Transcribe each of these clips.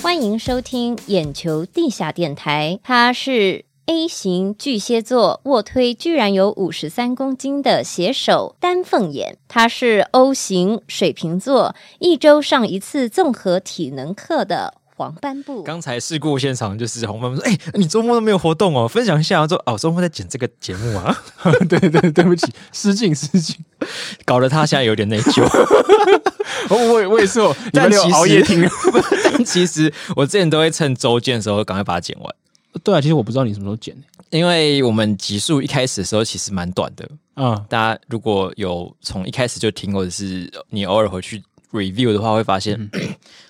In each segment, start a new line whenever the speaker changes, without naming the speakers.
欢迎收听眼球地下电台，他是 A 型巨蟹座，卧推居然有五十三公斤的携手丹凤眼；他是 O 型水瓶座，一周上一次综合体能课的黄斑部。
刚才事故现场就是红妈妈说：“哎、你周末都没有活动哦，分享一下。”我说：“哦，周末在剪这个节目啊，
对对，对不起，失敬失敬。
搞得他现在有点内疚。
我我我也是哦，礼拜
但
六
其实
熬 夜听。”
但其实我之前都会趁周间的时候赶快把它剪完，
对啊，其实我不知道你什么时候 剪
因为我们集数一开始的时候其实蛮短的。
啊。
大家如果有从一开始就听，或者是你偶尔回去 review 的话，会发现、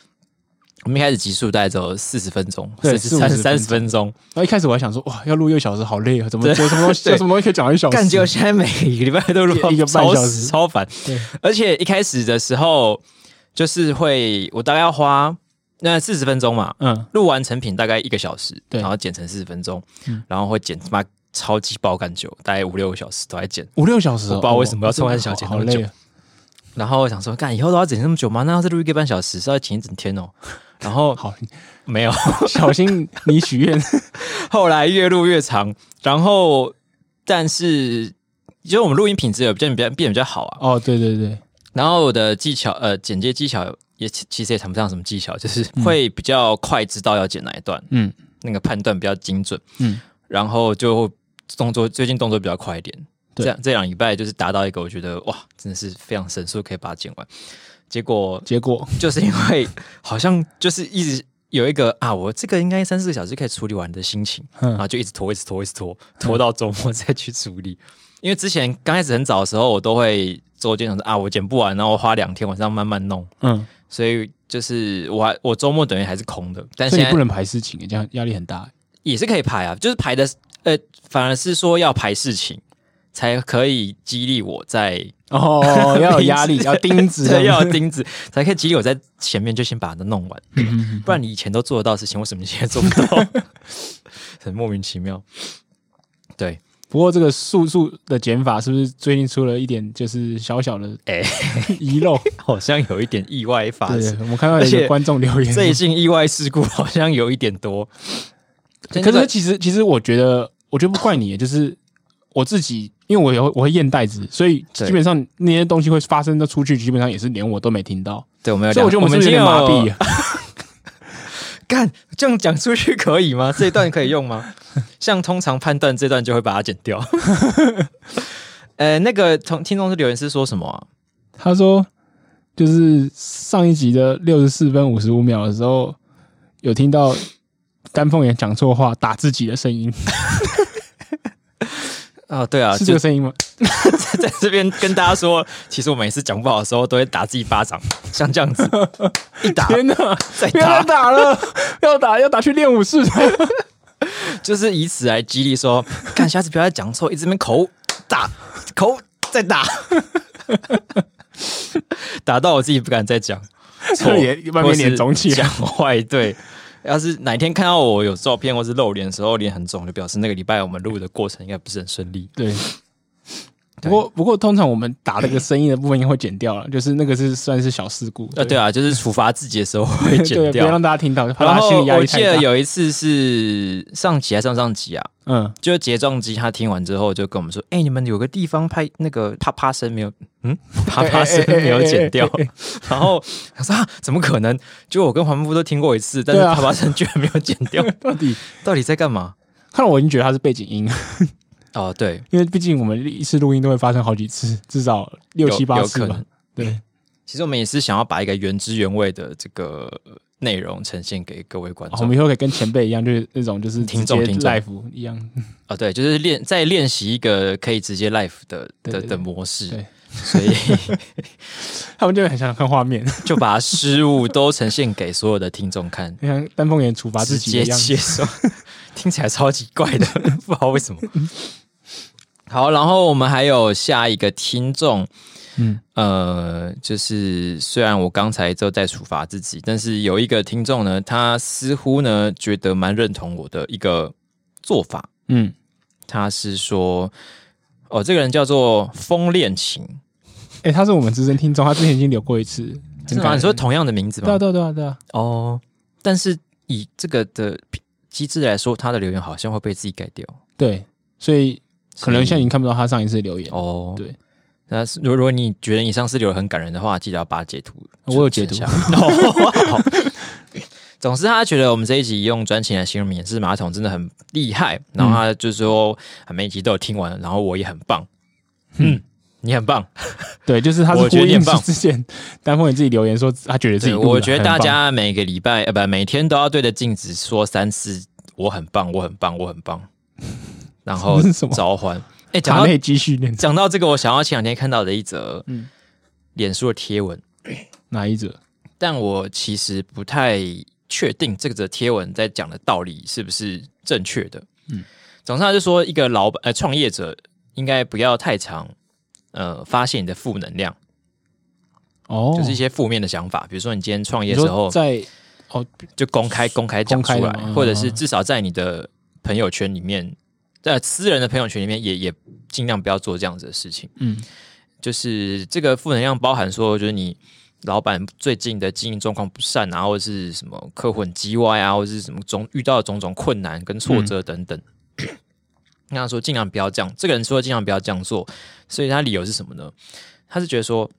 我们一开始集数大概只有四十分钟，
对
甚至三
40
三十分钟。
然后一开始我还想说，哇，要录一个小时，好累啊！怎么
对
有什么东 西，
对
有什么东西可以讲到一小时？
干，结果现在每个礼拜都录
一个半
超
小时
超烦
对。
而且一开始的时候，就是会我大概要花那四十分钟嘛，
嗯，
录完成品大概一个小时，
对嗯
然后剪成四十分钟，然后会剪他妈超级爆干久，大概五六个小时都在剪。
五六小时哦，
我不知道为什么要冲完小剪
好
那么久
累啊。
然后我想说，干以后都要剪这么久吗？那要是录一个半小时，是要剪一整天哦。然后
好，啊
没有，
小心你许愿。
后来越录越长，然后但是就是我们录音品质有变变变比较好啊，
哦，对对对，
然后我的技巧，呃，剪接技巧也其其实也谈不上什么技巧，就是会比较快知道要剪哪一段，
嗯
那个判断比较精准，
嗯，
然后就动作最近动作比较快一点，
对
这样这两礼拜就是达到一个我觉得哇，真的是非常神速，可以把它剪完。结果
结果
就是因为好像就是一直有一个啊，我这个应该三四个小时可以处理完的心情，
嗯
然后就一直拖，一直拖，一直拖，拖到周末再去处理。因为之前刚开始很早的时候，我都会周间想说啊，我剪不完，然后我花两天晚上慢慢弄，
嗯，
所以就是我还我周末等于还是空的，但
所以
现
你不
在
能排事情，欸这样压力很大。
也是可以排啊，就是排的呃，反而是说要排事情才可以激励我在
哦，要有 压力，要钉子，嗯
对，要有钉子，才可以激励我在前面就先把它弄完。啊不然你以前都做得到的事情，为什么你现在做不到？很莫名其妙。对，
不过这个速速的减法是不是最近出了一点就是小小的
哎
遗漏？
好像有一点意外发
对，
生。
我们看到有
而
一
且
个观众留言，
最近意外事故好像有一点多，
可是其实其实我觉得，我觉得不怪你，就是我自己，因为我有我会验袋子，所以
对
基本上那些东西会发生的出去，基本上也是连我都没听到，
对我们有两，
所以我觉得我们
已
是有
经
点麻痹
有
了。
干这样讲出去可以吗？这一段可以用吗？像通常判断这段就会把它剪掉。 呃，那个从听众是留言是说什么啊？
他说，就是上一集的六十四分五十五秒的时候，有听到丹凤眼讲错话打自己的声音，
啊，对啊，
是
就
这个声音吗？
在这边跟大家说，其实我每次讲不好的时候，都会打自己巴掌，像这 样子一打
天哪！
再
不要
打，
再打了，要打要打去练 武室。
就是以此来激励说，看下次不要再讲错，一直在那边口打口再打， 打到我自己不敢再讲 错，
脸外面脸肿起来
或是讲坏对。要是哪天看到我有照片或是露脸的时候脸很肿，就表示那个礼拜我们录的过程应该不是很顺利。
对。不过，不过，通常我们打那个声音的部分应该会剪掉了，就是那个是算是小事故。
啊，对啊，就是处罚自己的时候 会
对
剪
不要
掉
让。大家听到，怕
然
他心
后
理压
我
力
记
太
得
大。
有一次是上集还是上上集啊，
嗯，
就是睫状肌，他听完之后就跟我们说：“哎、你们有个地方拍那个啪啪声没有？嗯，啪啪声没有剪 掉。然后他说：“啊，怎么可能？就我跟黄夫都听过一次，但是
对啊
啪啪声居然没有剪 掉，
到底
到底在干嘛
看来我已经觉得它是背景音，了，？”
哦，对，
因为毕竟我们一次录音都会发生好几次，至少六
有
七八
有
次
可
吧
能。。嗯
对，
其实我们也是想要把一个原汁原味的这个内容呈现给各位观
哦我
众
们以后可以跟前辈一样，就是那种就是直
听
接
众听众
live 一样。
哦，对，就是练再练习一个可以直接 live 的
对
的
对
的
对
模式
对，
所以
他们就很想看画面，
就把失误都呈现给所有的听众 看。
很像丹凤眼处罚自
直
己的
接
样子。
接受， 听起来超级怪的， 不知道为什么。好，然后我们还有下一个听众，
嗯
呃，就是虽然我刚才就在处罚自己，但是有一个听众呢，他似乎呢觉得蛮认同我的一个做法，
嗯，
他是说，哦，这个人叫做风恋情，
哎，他是我们资深听众，他之前已经留过一次，
是
很
吗？你
感人
说同样的名字
对啊
吗？
对啊对啊对啊，
哦，但是以这个的机制来说，他的留言好像会被自己改掉，
对，所以可能现在
像
已经看不到他上一次的留言。
哦，
对。
那是如如果你觉得以上是留言很感人的话，记得要把它截图。
我有截图
下来 哦好总之，他觉得我们这一集用专情来形容免治马桶真的很厉害，
嗯
然后他就说、每一集都有听完，然后我也很棒，嗯，你很棒，
对，就是他是
我觉
呼
得你
应
很棒
之前 丹凤也自己留言说他觉得自己
对，
录得
我觉得
很
大
棒
家每个礼拜呃不每天都要对着镜子说三次“我很棒，我很棒，我很 棒”，然后
这是什么
召唤。哎、讲
卡
到
内基训练
讲到这个，我想到前两天看到的一则
嗯
脸书的贴文，
哪一则？
但我其实不太确定这则贴文在讲的道理是不是正确的。嗯
嗯，
总之他就说，一个老板呃创业者应该不要太常呃发现你的负能量，
哦，
就是一些负面的想法，比如说你今天创业
你
的时候
说在哦，
就公开公开讲出
公
来
开的，嗯吗
或者是至少在你的朋友圈里面，在私人的朋友圈里面也也尽量不要做这样子的事情。
嗯，
就是这个负能量包含说，就是你老板最近的经营状况不善啊，或者是什么客户很叽歪啊，或者是什么种遇到的种种困难跟挫折等等。
嗯
那他说尽量不要这样，这个人说尽量不要这样做，所以他理由是什么呢？他是觉得说，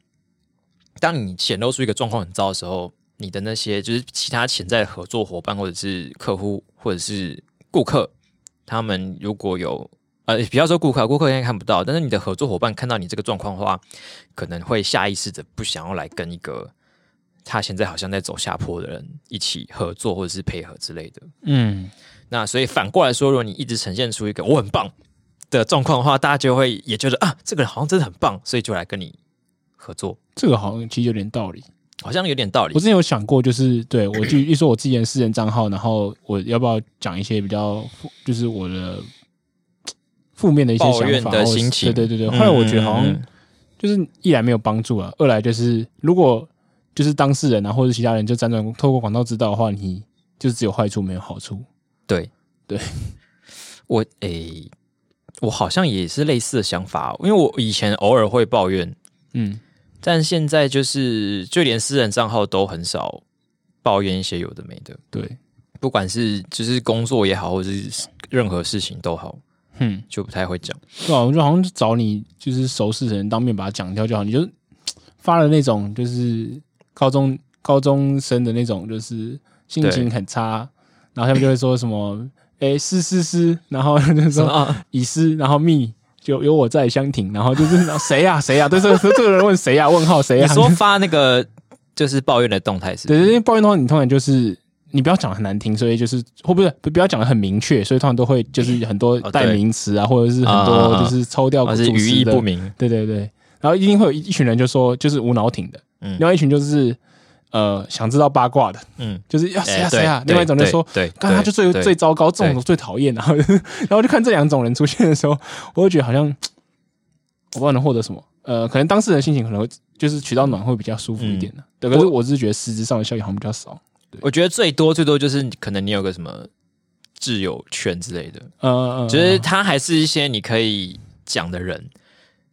当你显露出一个状况很糟的时候，你的那些就是其他潜在的合作伙伴或者是客户或者是顾客，他们如果有呃，不要说顾客，顾客应该看不到，但是你的合作伙伴看到你这个状况的话，可能会下意识的不想要来跟一个他现在好像在走下坡的人一起合作或者是配合之类的。
嗯，
那所以反过来说，如果你一直呈现出一个我很棒的状况的话，大家就会也觉得啊，这个人好像真的很棒，所以就来跟你合作，
这个好像其实有点道理。
好像有点道理
我之。前有想过，就是对我就一说我自己的私人账号，然后我要不要讲一些比较负就是我的嘖负面的一些
抱
想
怨
法
的
或是
心情
对对对对，
嗯
后来我觉得好
嗯
像
嗯
就是一来没有帮助啊，二来就是如果就是当事人啊或者其他人就辗转透过广告知道的话，你就只有坏处没有好处。
对
对，
我诶、我好像也是类似的想法，哦因为我以前偶尔会抱怨，
嗯，
但现在就是就连私人账号都很少抱怨一些有的没的，
对，
不管是就是工作也好，或是任何事情都好，
嗯。
就不太会讲。
对啊，我就好像就找你就是熟识的人当面把它讲掉就好，你就发了那种就是高中高中生的那种，就是心情很差，然后他们就会说什么“哎、是是是”，然后就
什么
说
啊？
“以诗”，然后密。就有我在相挺，然后就是然后谁呀、谁呀、对这个这个人问谁呀、问号谁
你
哎呀、
说发那个就是抱怨的动态是不
对
是？
对，因为抱怨的话，你通常就是你不要讲得很难听，所以就是或不是不不要讲的很明确，所以通常都会就是很多
哦对
代名词啊，或者是很
啊啊
多
啊
就是抽掉
还是
主
语
词
义
的
不明？
对对对，然后一定会有一一群人就说就是无脑挺的，
嗯
另外一群就是呃想知道八卦的，
嗯，
就是要谁
哎
啊
对
谁啊，
对
另外一种就
对
说。
对，
刚他就最
对
最糟糕，这
对
种最讨厌，然后 然后就看这两种人出现的时候，我会觉得好像我不知道能获得什么，呃，可能当事人心情可能会就是取到暖会比较舒服一点的、啊
嗯
对，可是我只是觉得实质上的效益好像比较少，
我觉得最多最多就是可能你有个什么挚友圈之类的，
呃，
就是他还是一些你可以讲的人，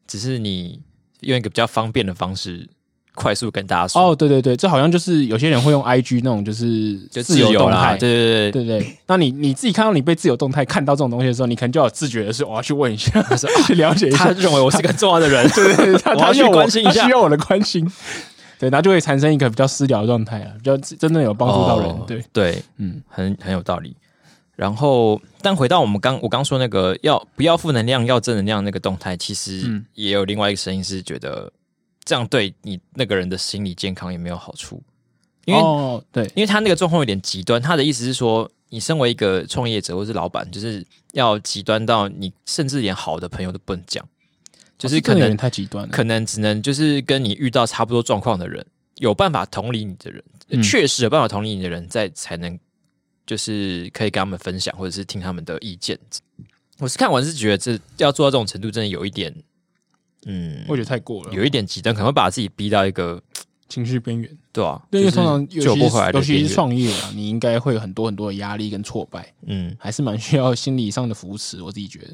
只是你用一个比较方便的方式快速跟大家说。
哦，对对对，这好像就是有些人会用 IG 那种就是
就
自
自由
动
啦，
态，
对对对，
对不 对？那你你自己看到你被自由动态看到这种东西的时候，你可能就要有自觉的是，我要去问一下， 去了解一
啊他
下，
认为我是个重要的人，
对对对，他
我要
他
去
需要我
关心一下
他需要我的关心，对，然后就会产生一个比较私聊的状态啊了，比较真的有帮助到人，
哦
对，
对，
嗯，
很很有道理。然后，但回到我们刚我刚说那个要不要负能量，要正能量那个动态，其实
嗯
也有另外一个声音是觉得这样对你那个人的心理健康也没有好处，因为、
哦，对，
因为他那个状况有点极端，他的意思是说，你身为一个创业者或是老板，就是要极端到你甚至连好的朋友都不能讲，就是
哦
可
这个有
能
点太极端了，
可能只能就是跟你遇到差不多状况的人，有办法同理你的人，
嗯
确、实有办法同理你的人，在才能就是可以跟他们分享，或者是听他们的意见。我是看完是觉得这要做到这种程度，真的有一点，嗯，
我觉得太过了，
有一点极端，可能会把自己逼到一个
情绪边缘，
对啊，
对，因为通常
就是
尤
救
其
不回来
是
的
尤其
边
是
缘，
创业啊，你应该会有很多很多的压力跟挫败，
嗯
还是蛮需要心理上的扶持，我自己觉得，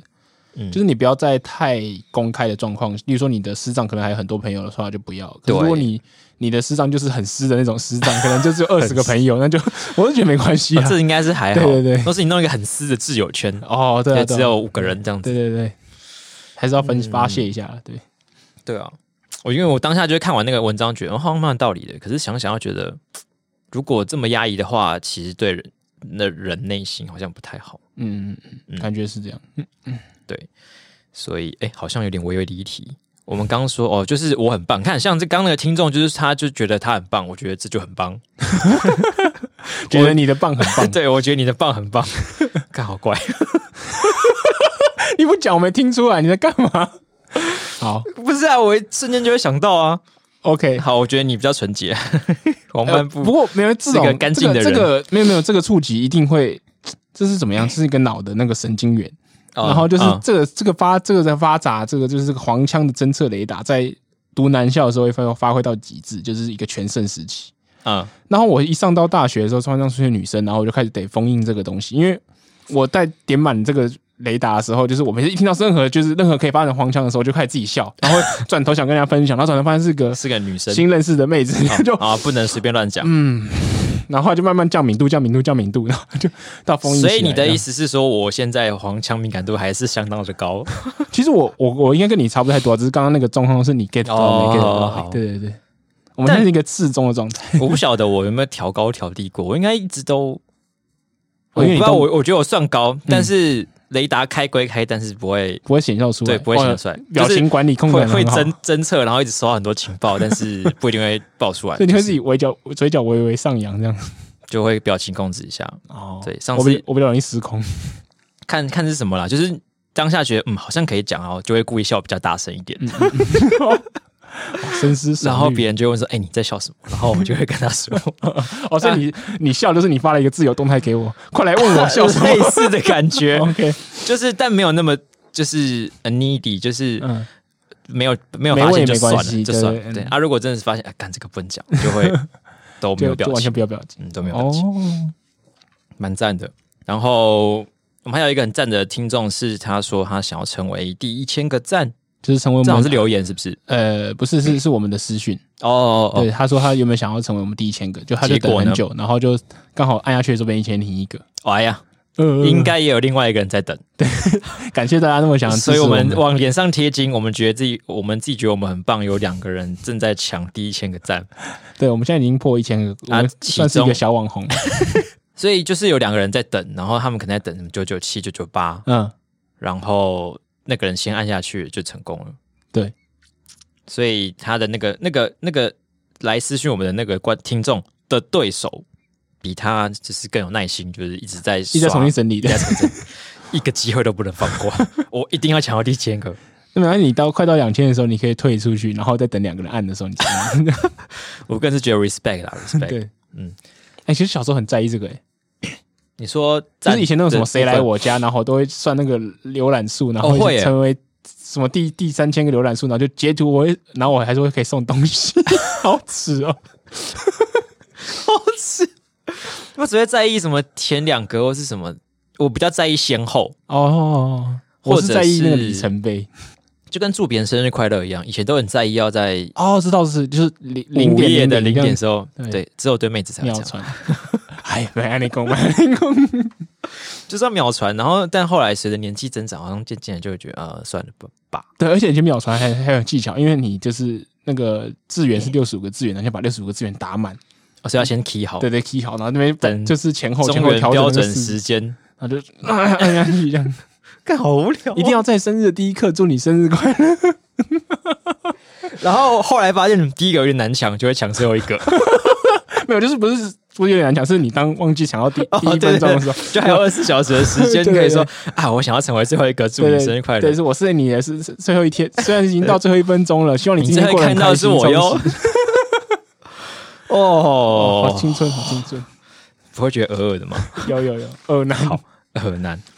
嗯
就是你不要在太公开的状况，例如说你的师长可能还有很多朋友的话，就不要。可是如果
对
你你的师长就是很私的那种师长，可能就只有二十个 朋友，那就我就觉得没关 系啊。
这应该是还好。
对对对
都是你弄一个很私的挚友圈，
哦，对啊，
只
对啊
有五个人这样子
对。对对，还是要分发泄一下，对，
对啊，我因为我当下就是看完那个文章，觉得哦好像蛮有道理的。可是想想要觉得，如果这么压抑的话，其实对人那人内心好像不太好。
嗯，嗯嗯感觉是这样。
所以，哎、好像有点微微离题。我们刚刚说哦，就是我很棒。看，像这刚刚那个听众，就是他就觉得他很棒，我觉得这就很棒。
觉得你的棒很棒，
对， 我觉得你的棒很棒， 看好怪。
你不讲我没听出来，你在干嘛？ 好
不是啊，我一瞬间就会想到啊。
，OK，
好，我觉得你比较纯洁， 王
呃
半部。
不过没有这
是
种
个干净的人
这个、这个没有没有这个触及一定会，这是怎么样？这是一个脑的那个神经元，
哦
然后就是
嗯
这个、这个发这个在发杂，这个就是这个黄腔的侦测雷达在读南校的时候会发发挥到极致，就是一个全盛时期。
嗯
然后我一上到大学的时候，班上出现女生，然后我就开始得封印这个东西，因为我在点满这个雷达的时候，就是我每次一听到任何就是任何可以发展黄腔的时候，我就开始自己笑，然后转头想跟人家分享，然后转头发现是个
是个女生
新认识的妹子，然后 就嗯
啊，不能随便乱讲。
然后就慢慢降敏度，降敏度，降敏度，然后就到封印起
所
来。
以你的
这样
意思是说，我现在黄腔敏感度还是相当的 高？
其实我我我应该跟你差不太多，只是刚刚那个状况是你 get 到、
哦
没 get
好
到。对对对，我们
但
现在是一个适中的状态。
我不晓得我有没有调高调低过，我应该一直都，我
我
不
因为
知
你
道，
都嗯
我我觉得我算高，但是雷达开归开，但是不会
不会显现出来，
对不会显现出来
哇表
就是
情管理控制
会
得
会
很好
侦侦测，然后一直收到很多情 报，但是不一定会爆出来，
所以你会自己微角嘴角微微上扬这样。
就会表情控制一下。
哦
对，上
我比
次
我比较容易失 控。
看看是什么啦，就是当下觉得嗯好像可以讲哦，就会故意笑比较大声一
嗯
点，
深思熟虑。
然后别人就会问说：“哎、你在笑什么？”然后我们就会跟他 说
哦，所以你
啊
你笑就是你发了一个自由动态给我，快来问我笑什
类
么
似的感觉，
？OK，
就是但没有那么就是 a needy，就是
嗯，
没有没有
没
发
问
现
也
就
没
算
关
了，
系
就算了。
对
对
嗯
啊，如果真的是发现，哎，干这个不能讲，就 会都没有
就
表
就完全
情，
不要表情。
嗯，都没有表情，
哦，
蛮赞的。然后我们还有一个很赞的听众是，他说他想要成为第一千个赞，
就是成为我
这好像
们
是留言是不是？
呃，不是是是我们的私讯。
哦哦
对，
哦，
他说他原本想要成为我们第一千个，就他就
结果
等
呢
很久，然后就刚好按下去的时候变一千零一个。
哦哎呀，
呃
应该也有另外一个人在等，
感谢大家那么想支持
所以我
们
们往脸上贴金，我们觉得自己我们自己觉得我们很棒，有两个人正在抢第一千个赞，
对，我们现在已经破一千个，我
啊
们算是一
其中
个小网红。
所以就是有两个人在等，然后他们可能在等九九七、九九八，
嗯，
然后那个人先按下去就成功了。
对，
所以他的那个、那个、那个来私讯我们的那个观听众的对手，比他就是更有耐心，就是一直在一
一直在重新审理的。
一个机会都不能放过， 我一定要抢到第一千个。
那 没关系，你到快到两千的时候，你可以退出去，然后再等两个人按的时候，你才 按
我更是觉得 respect 啦，respect。
对，
嗯
嗯，哎、其实小时候很在意这个、欸，
你说
就
赞
是以前那种什么谁
的
来
部分
我家，然后都会算那个浏览数，然后
哦会耶
成为什么第第三千个浏览数，然后就截图，我会，然后我还是会可以送 东西，好耻哦、
我只会在意什么前两格或是什么，我比较在意先后，
哦，我是在意那个里程碑。
就跟祝别人生日快乐一样，以前都很在意要在
哦，这倒是就是零零
午夜
点
的零点
点
时候，
对
对，只有对妹子才会这
秒
样。
传。哎，没安利公，没安利公。
就是要秒传，然后但后来随着年纪增长，好像渐渐的就会觉得呃算了吧吧，
对，而且以前秒传还还有技巧，因为你就是那个字元是六十五个字元，然后先把六十五个字元打满，
哦所以要先 key 好
对对，key 好，然后那边
等
就是前后前
中
后
原
调整
标
那个
准
数
时间，
然后就 按下去这样，
干好无聊、啊
一定。要在生日的第一刻祝你生日快乐。
然后后来发现第一个有点难抢，就会抢最后一 个，
没有，就是不是不是有点难讲，是你当忘记抢到第
哦
第一分钟的时候，
就还有二十四小时的时间
对对
可以说
对
啊，我想要成为最后一个，祝
对
你
对，
生日快乐
对，。是我是你也是是最后一天，虽然已经到最后一分 钟了，希望你
你
今
最
天
后
过得
看
很
到
开
是
心。
我哟
充实，哦，好
哦，
青春，好青春，
不会觉得偶尔的吗？
有有 有，二男。
好很难。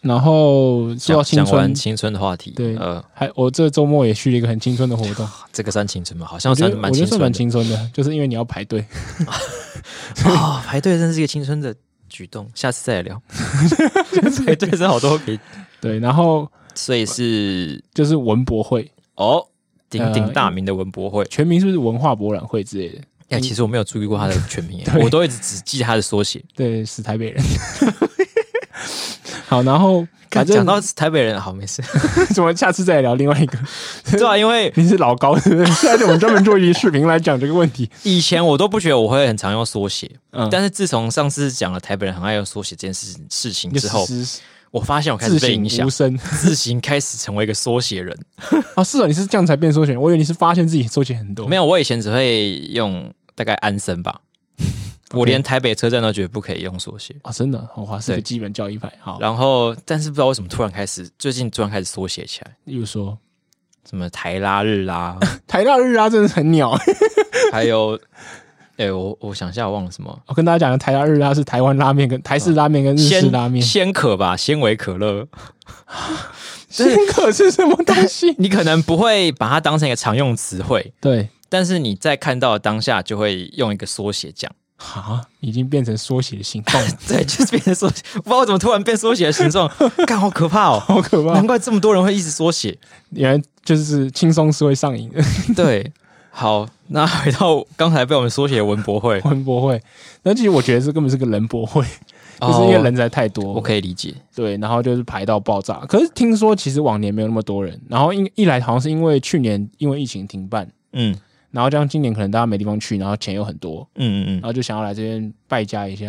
然后说
讲
到青
讲完
春，
青春的话题，
对
呃，
还我这周末也去了一个很青春的活动，
这个算青春吗？ 好像
我觉
算
得
蛮
我觉
青
得
春
算蛮
的
青春的，就是因为你要排队，
哦， 排队真是一个青春的举动，下次再来聊。排队真的好多可以
对，然后
所以是
就是文博会，
哦，鼎鼎大名的文博会。
呃全名是不是文化博览会之类的？
哎、其实我没有注意过他的全 名，我都一直只记他的缩写。
对，死 台北人。好，然后
看
反
啊讲
正
到台北人，好没事，
怎么下次再聊另外一个？
对啊，因为
你是老 高，对不对？下次我们专门做一期视频来讲这个问题。
以前我都不觉得我会很常用缩写，
嗯，
但是自从上次讲了台北人很爱用缩写这件事事情之后，
就时
我发现我开
自
始被
省
影响
无，声
自行开始成为一个缩写人。
啊！是啊，你是这样才变缩写，我以为你是发现自己缩写很多。
没
有，
有，我以前只会用大概安森吧，我连台北车站都觉得不可以用缩写。
啊，真的，好华是个
对
基本教育派。好，
然后，但是不知道为什么突然开始，最近突然开始缩写起来，
例如说
什么台拉日 啦，
台大日啊，真的是很鸟。
还有，哎、我我想一下，我忘了什么，
我跟大家讲的台大日啊是台湾拉面跟台式拉面跟日式
鲜
拉面，
鲜可吧，纤维可乐，
鲜可是什么东西？
你可能不会把它当成一个常用词汇，
对，
但是你在看到的当下就会用一个缩写讲，
啊，已经变成缩写的行动 了，
对，就是变成缩写，不知道怎么突然变缩写的形 状，干好可怕哦，
好可怕
难！怪这么多人会一直缩 写。
原来就是轻松是会上瘾的
对，好，那回到刚才被我们缩写的文博会，
文博会。那其实我觉得这根本是个人博会， 就是因为人才太多。
哦我可以理解，
对，然后就是排到爆炸。可是听说其实往年没有那么多人，然后一一来好像是因为去年因为疫情停办，
嗯
然后这样今年可能大家没地方去，然后钱又很多，
嗯嗯
然后就想要来这边败家一下，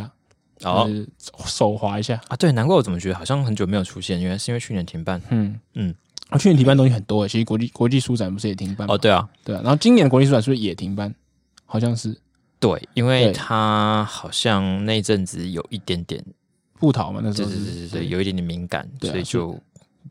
嗯，哦
就是手滑一下。
啊，对，难怪我怎么觉得好像很久没有出现，原来是因为去年停办，
嗯
嗯，
啊，去年停办东西很多诶，其实国际国际书展不是也停办吗？
哦，对啊，
对啊，然后今年国际书展是不是也停办？好像是
对，因为
对
他好像那阵子有一点点，
布桃嘛，那时
对
候
对
是
对对对，有一点点敏感，
嗯对啊
所以就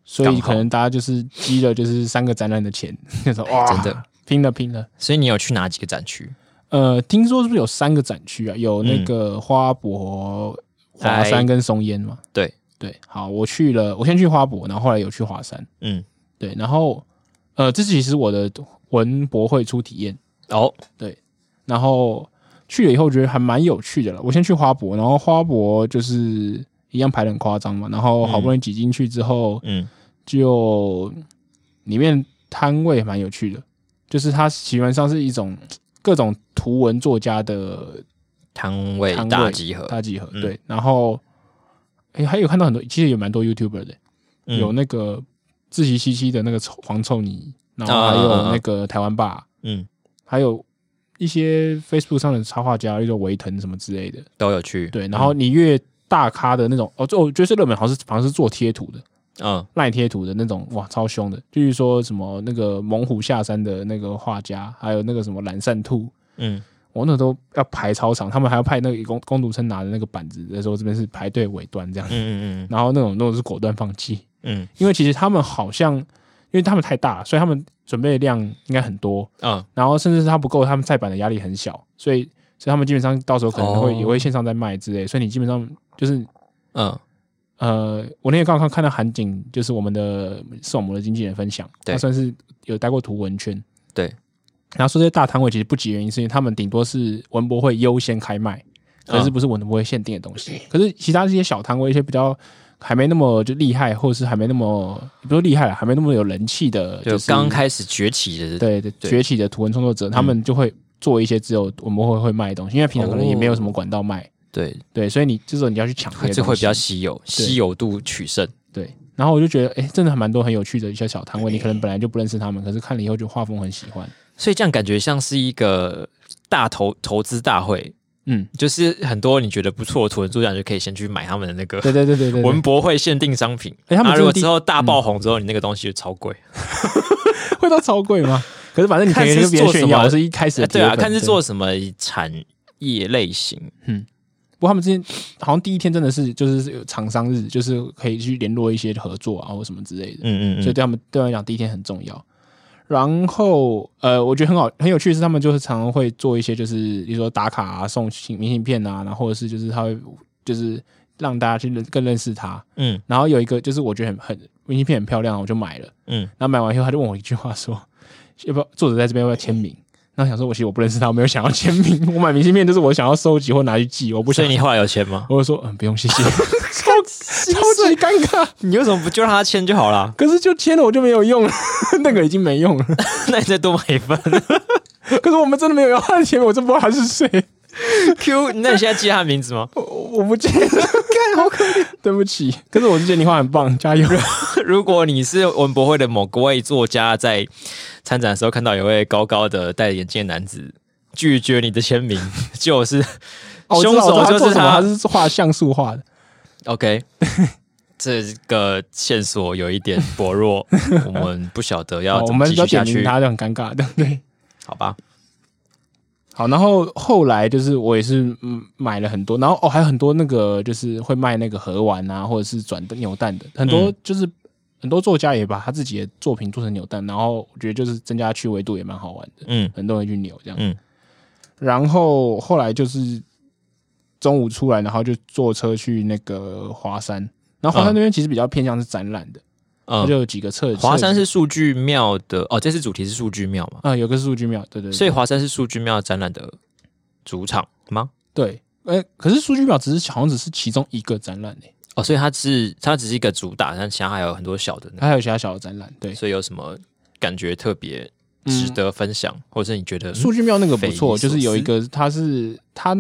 所
刚
以
好
可能大家就是积了就是三个展览的钱， 那种哇，
真的，
拼了拼了。
所以你有去哪几个展区？
呃，听说是不是有三个展区啊？有那个花博、华山跟松烟嘛？
对
对，好，我去了，我先去花博，然后后来有去华山，
嗯，
对，然后呃，这其实是我的文博会初体验，
哦，
然后去了以后觉得还蛮有趣的了。我先去花博，然后花博就是一样排的很夸张嘛，然后好不容易挤进去之后，
嗯
就里面摊位蛮有趣的，就是它基本上是一种各种图文作家的
摊位
摊位
大集合，
大集合，
嗯
对。然后，哎、还有看到很多，其实有蛮多 YouTuber 的，
嗯
有那个自习七七的那个臭黄臭泥，然后
啊
还
啊啊
有那个台湾爸，
嗯
还有一些 Facebook 上的插画家，例如维腾什么之类的，
都有去，
对。然后你越大咖的那种，哦，这我觉得最热门好像是好像是做贴图的。
嗯
赖贴图的那种，哇，超凶的！就是说什么那个猛虎下山的那个画家，还有那个什么懒散兔，
嗯，
我那都要排超长，他们还要派那个工工读生拿着那个板子在说这边是排队尾端这样
嗯，嗯嗯
然后那种那种是果断放弃，
嗯
因为其实他们好像因为他们太大了，所以他们准备的量应该很多，
嗯
然后甚至是他不够，他们再版的压力很小，所以所以他们基本上到时候可能会、
哦
也会线上在卖之类，所以你基本上就是
嗯
呃，我那天刚刚看到韩景，就是我们的宋母的经纪人分享，
对
他算是有待过图文圈，
对。
然后说这些大摊位其实不急，原因是因为他们顶多是文博会优先开卖，可是
嗯
不是文博会限定的东西。可是其他这些小摊位，一些比较还没那么就厉害，或者是还没那么不说厉害了，还没那么有人气的，
就是刚开始崛起的，
对对
对嗯
崛起的图文创作者，他们就会做一些只有文博会会卖的东西，因为平常可能也没有什么管道卖，
对，
对，所以你这时候你要去抢些
哦这会
东
比
西
较稀有，稀有度取胜。
对，然后我就觉得，哎、真的还蛮多很有趣的一些小摊位，你可能本来就不认识他们，可是看了以后就画风很喜欢。
所以这样感觉像是一个大投投资大会，
嗯，
就是很多你觉得不错的图文作家，你就可以先去买他们的那个
对对对对对对
文博会限定商品。
哎他们
啊
真的
如果
第
之后大爆红之后，你那个东西就超贵。
会到超贵吗？可是反正你可
看
以
是
跟别人
做什
炫耀，
么
我是一开始
哎
的
对
铁
啊，
粉
看是。做什么产业类型。
不过他们之前好像第一天真的是就是有厂商日，就是可以去联络一些合作啊或什么之类的，
嗯嗯
所以
嗯，
对他们对他们来讲第一天很重要。然后呃，我觉得很好很有趣的是，他们就是常常会做一些就是比如说打卡啊、送明信片啊，然后或者是就是他会就是让大家去认更认识他。
嗯
然后有一个就是我觉得很很明信片很漂亮，我就买了。
嗯
然后买完以后，他就问我一句话说：“要不要作者在这边要不要签名？”然后想说，我其实我不认识他，我没有想要签名， 我买明信片就是我想要收集或拿去寄，我不
所
想
以。你后来有签吗？
我就说，嗯，不用，谢谢，超超级尴尬。
你为什么不就让他签就好啦？
可是就签了，我就没有用了， 那个已经没用了。
那你再多买一份。
可是我们真的没有要他的钱，我真不知道他是谁，
Q，那你现在记他的名字吗？
我我不记得，看好可怜， 对不起。可是我是觉得你话很棒，加油。
如果你是文博会的某个位作家，在参展的时候看到有位高高的戴着眼镜的男子拒绝你的签 名，就是
哦我知
凶
道
手
我知道他
就
做
是
什么
他
他是画像素画的。
OK。这个线索有一点薄 弱，我们不晓得要
哦我
怎么
们
继
要
续下
点名
去，
他就很尴尬的，对。
好吧？
好，然后后来就是我也是嗯买了很多，然后哦还有很多那个就是会卖那个盒丸啊，或者是转扭蛋的，很多
嗯
就是、很多作家也把他自己的作品做成扭蛋，然后我觉得就是增加趣味度也蛮好玩的，
嗯，
很多人去扭这样。
嗯
然后后来就是中午出来，然后就坐车去那个华山，然后华
嗯
山那边其实比较偏向是展览的，它就
嗯，
有几个侧
华山
侧
是数据庙的哦，这次主题是数据庙嘛，
啊、有个数据庙，对对对，
所以华山是数据庙展览的主场吗？
对，哎、可是数据表只是好像只是其中一个展览诶、欸
哦，所以它是它只是一个主打，但其他还有很多小的那个
它还有其他小的展览。对，
所以有什么感觉特别值得分享，或者是你觉得
嗯
嗯
数据庙那个不
匪夷
错，
所
就是有一
思
个它是它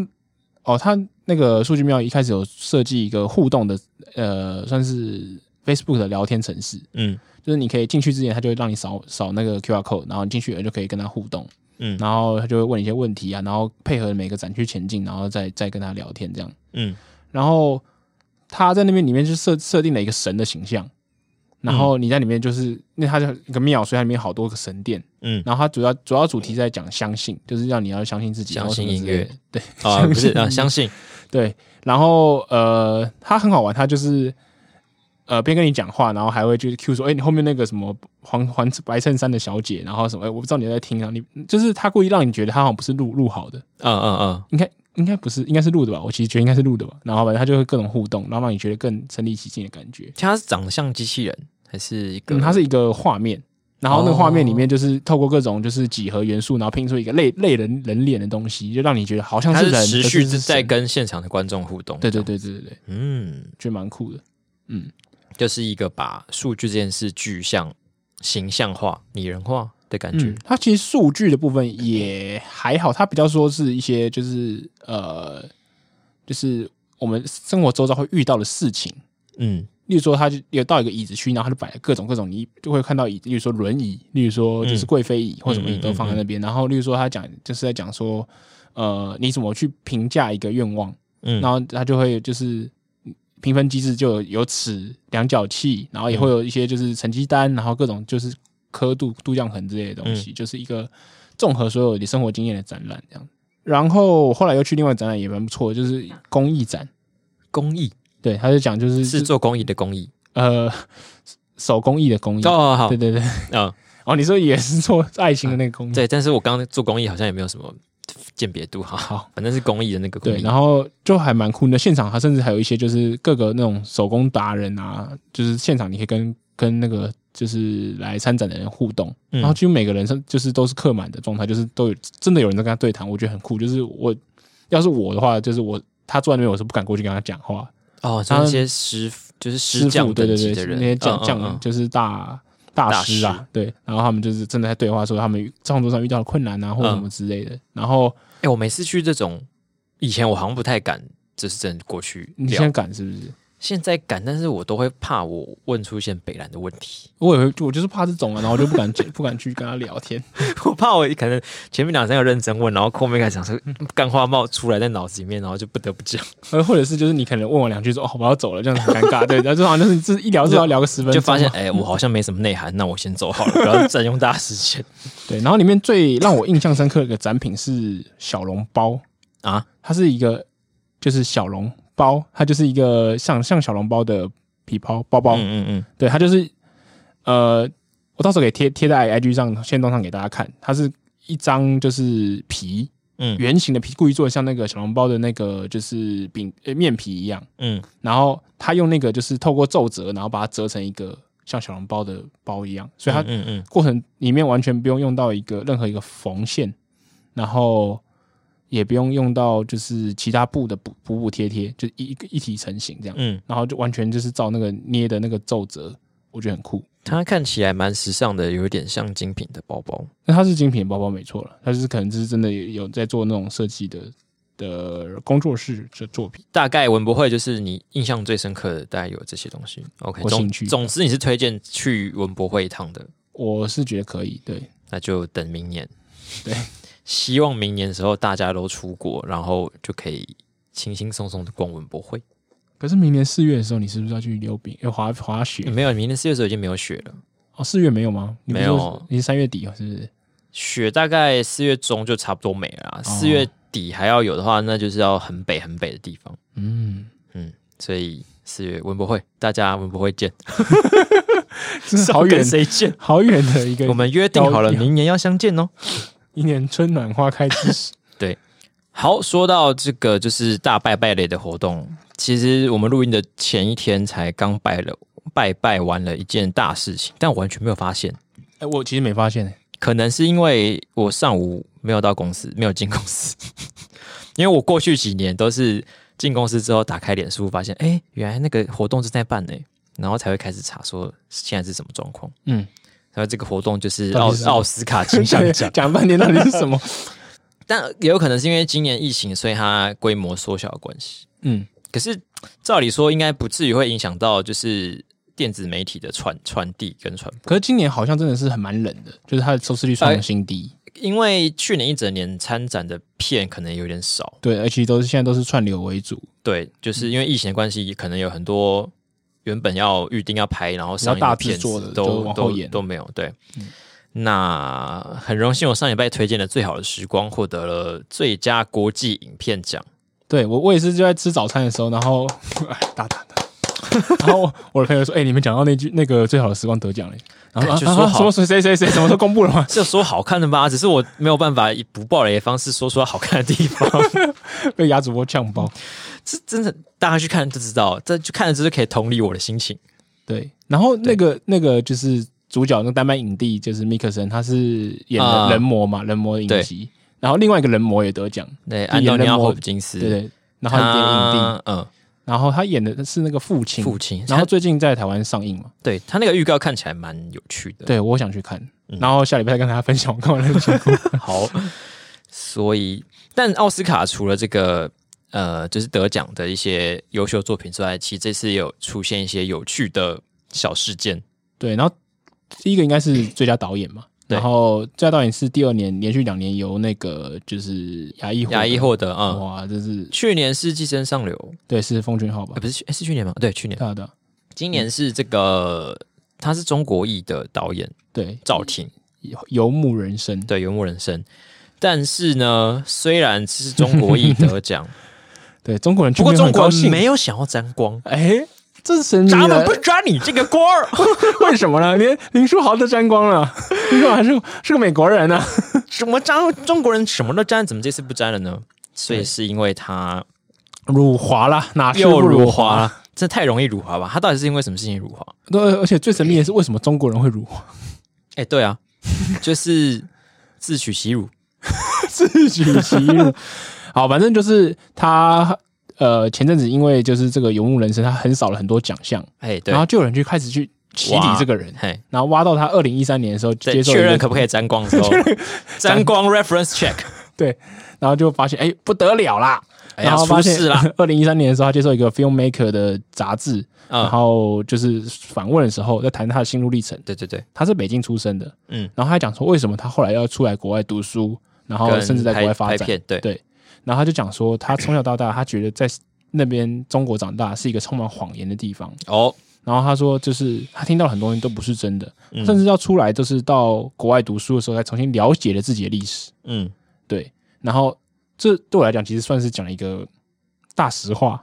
哦，它那个数据庙一开始有设计一个互动的呃，算是 Facebook 的聊天程式，
嗯
就是你可以进去之前，它就会让你扫扫那个 QR code，然后你进去了就可以跟他互动，
嗯
然后他就会问你一些问题啊，然后配合每个展区前进，然后再再跟他聊天这样。
嗯
然后他在那边里面就设设定了一个神的形象，然
嗯
后你在里面就是，那它就一个庙，所以它里面好多个神殿，
嗯
然后它主要主要主题是在讲相信，就是让你要相信自己，
相
然后什么
信音
之类
乐
的，对
啊，不是啊，相信
对，然后呃，它很好玩，它就是。呃，边跟你讲话，然后还会就是 Q 说，哎、你后面那个什么黄黄白衬衫的小姐，然后什么，哎、我不知道你在听啊，你就是他故意让你觉得他好像不是录录好的，
嗯嗯嗯，
应该应该不是，应该是录的吧？我其实觉得应该是录的吧。然后反正他就会各种互动，然后让你觉得更身临其境的感觉。
它是长得像机器人还是一个？
嗯，它是一个画面，然后那个
哦
画面里面就是透过各种就是几何元素，然后拼出一个类类人人脸的东西，就让你觉得好像
它
是人，
持
可
续
是是
在
神
跟现场的观众互动，
对对，对对对对，
嗯，
觉得蛮酷的。
就是一个把数据这件事具象、形象化、拟人化的感觉
嗯，，它其实数据的部分也还好，它比较说是一些就是呃，就是我们生活周遭会遇到的事情。
嗯
例如说，他就有到一个椅子区，然后他就摆了各种各种，你就会看到椅子，例如说轮椅，例如说就是贵妃椅或什么椅都放在那边。然后，例如说他讲就是在讲说，呃，你怎么去评价一个愿望？
嗯
然后他就会就是嗯评分机制就有有尺、量角器，然后也会有一些就是成绩单，然后各种就是刻度、度量衡之类的东西，就是一个综合所有你生活经验的展览这样。然后后来又去另外一个展览也蛮不错的，就是公益展，
公益
对，他就讲就是
是做公益的公益
呃手工艺的工艺。
哦，好
对，对对，
嗯，
哦，你说也是做爱情的那个工艺。
对，但是我刚刚做公益好像也没有什么鉴别度，哈，
好，
反正是公益的那个公
对，
益，
然后就还蛮酷的。现场它甚至还有一些就是各个那种手工达人啊，就是现场你可以跟跟那个就是来参展的人互动，
嗯
然后几乎每个人上就是都是客满的状态，就是都有真的有人在跟他对谈，我觉得很酷。就是我要是我的话，就是我他坐在那边，我是不敢过去跟他讲话。
哦，
他
像一些师傅，就是
师
师
傅
匠
对
等
对
级
对，
的人，
那些
嗯
匠
嗯
匠
嗯
就是大大
大
师啊，对，然后他们就是正在对话说他们创作上遇到的困难啊，或者什
嗯
么之类的，然后。
哎、我每次去这种，以前我好像不太敢，这是真的过去
你现在
聊。
敢是不是？
现在敢，但是我都会怕我问出现北兰的问题，
我也会，我就是怕这种啊，然后我就不敢不敢去跟 他聊天。
我怕我可能前面两三个认真问，然后后面开始想说
嗯
干话冒出来在脑子里面，然后就不得不讲，
呃，或者是就是你可能问我两句说哦我要走了，这样子很尴尬，对，然后就好像就是这一聊就要聊个十分钟，
就发现哎、我好像没什么内涵，那我先走好了，不要占用大家时 间
对。然后里面最让我印象深刻的一个展品是小笼包，
啊。
它是一个就是小笼包，它就是一个像像小笼包的皮包包包，
嗯嗯嗯，
对，它就是呃，我到时候给贴贴在 IG 上线动上给大家看，它是一张就是皮，
嗯
圆形的皮，故意做的像那个小笼包的那个就是饼呃面皮一样，
嗯，
然后他用那个就是透过皱折，然后把它折成一个像小笼包的包一样，所以它
嗯嗯
过程里面完全不用用到一个任何一个缝线，然后也不用用到就是其他布的补补补贴贴，就一一个一体成型这样，
嗯，
然后就完全就是照那个捏的那个皱褶，我觉得很酷。
它看起来蛮时尚的，有一点像精品的包包。
那它是精品包包没错了，它就是可能就是真的有在做那种设计的的工作室的作品。
大概文博会就是你印象最深刻的，大概有这些东西。OK，
我
总
兴趣
总之你是推荐去文博会一趟的，
我是觉得可以，对，
那就等明年。
对，
希望明年的时候大家都出国，然后就可以轻轻松松的逛文博会。
可是明年四月的时候，你是不是要去溜冰、要滑滑雪？
没有，明年四月的时候已经没有雪了，
哦，四月没有吗？你不是说
没有
你是三月底哦是不是？
雪大概四月中就差不多没了
哦
啊。四、月底还要有的话，那就是要很北很北的地方。
嗯，
嗯，所以四月文博会，大家文博会见。
真
是
的好
要
远
跟，谁见？
好远的 一个。
我们约定好了，明年要相见哦。
一年春暖花开之时，
好，说到这个就是大拜拜类的活动，其实我们录音的前一天才刚拜了拜拜完了一件大事情，但我完全没有发现，
哎、我其实没发现、 欸，
可能是因为我上午没有到公司，没有进公司， 因为我过去几年都是进公司之后打开脸书，发现哎、诶原来那个活动正在办呢、然后才会开始查说现在是什么状况。
嗯，
然后这个活动就是
到
奥
底是什么
奥斯卡金像奖
对，讲半天到底是什 么？
但也有可能是因为今年疫情，所以它规模缩小的关系。
嗯，
可是照理说，应该不至于会影响到就是电子媒体的传传递跟传播，
可是今年好像真的是很蛮冷的，就是它的收视率创新低。
因为去年一整年参展的片可能有点少，
对，而且都是现在都是串流为主，
对，就是因为疫情的关系，可能有很多原本要预定要拍，然后上映
比较大制
片
作
子
的都
都
往
都
后延嗯
都没有。对，那很荣幸我上礼拜推荐的《最好的时光》获得了最佳国际影片奖。
对我，我也是就在吃早餐的时候，然后哎打打打，然后我的朋友说：“哎、你们讲到那句那个最好的时光得奖了。”然后
哎
啊
就
啊
说
啊
好
什么谁谁谁谁什么时候公布了吗？
这说好看的吧，只是我没有办法以不暴雷的方式说出来好看的地 方。
被牙主播呛爆。
这真的，大家去看就知道，这就看了就是可以同理我的心情。
对，然后那个那个就是主角那个丹麦影帝就是米克森，他是演
啊
人人魔嘛，人魔的影集。然后另外一个人魔也得奖，
对，
就
安
演
东尼
人
奥·
魔
霍普金斯，
对对。然后演影帝，
他嗯，
然后他演的是那个父亲，
父亲。
然
然
后
后
最近在台湾上映嘛。
对他那个预告看起来蛮有趣的，
对，我想去看。
嗯
然后下礼拜再跟大家分享我看完的结果。
好。所以，但奥斯卡除了这个呃，就是得奖的一些优秀作品之外，其实这次也有出现一些有趣的小事件。
对，然后第一个应该是最佳导演嘛，
对
然后最佳导演是第二年连续两年由那个就是牙医
亚裔获得，嗯，
哇，这是
去年是《寄生上流》
对是奉俊昊吧
呃，？不是去诶是去年吗？对，去年
对。啊对啊
今年是这个，他是中国裔的导演
对，
赵婷，
游游牧人生，
对《游牧人生》。但是呢，虽然是中国裔得奖，
对中国人
不
去
过
那边
中
很
国
高
人
兴，
没有想要沾光，
哎，这是神秘
咱们
了
不，沾你这个光儿。
为什么呢？连林书豪都沾光了， 林书豪还是是个美国人啊呢？
什么沾中国人什么都沾，怎么这次不沾了呢？所以是因为他
辱华啦，哪啊是
又
不
辱
辱
华
华？
了， 这太容易辱华吧？他到底是因为什么事情辱华？
对，而且最神秘的是为什么中国人会辱华？
哎，对啊，就是自取其辱。
自取其辱。好，反正就是他呃，前阵子因为就是这个游牧人生，他很少了很多奖项，
哎，对
然，后就有人去开始去起底
哇
这个人，
嘿，
然后挖到他二零一三年的时候
在
接受
确
一个
认可不可以沾光的时 候，沾光 reference check，
对，然后就发现哎、不得了啦，
哎
然
呀，
后
出
发现
事啦！
二零一三年的时候，他接受一个 filmmaker 的杂志，然
嗯，
后就是访问的时候在谈他的心路历程。
对对对，
他是北京出生的，
嗯，
然后他还讲说为什么他后来要出来国外读书，然后
跟
甚至在国外
拍
发
拍
展。
片，对
对然后他就讲说，他从小到大，他觉得在那边中国长大是一个充满谎言的地方。
哦，
然后他说，就是他听到很多东西都不是真的，
嗯
甚至要出来就是到国外读书的时候，才重新了解了自己的历史。
嗯，
对，然后这对我来讲，其实算是讲了一个大实话。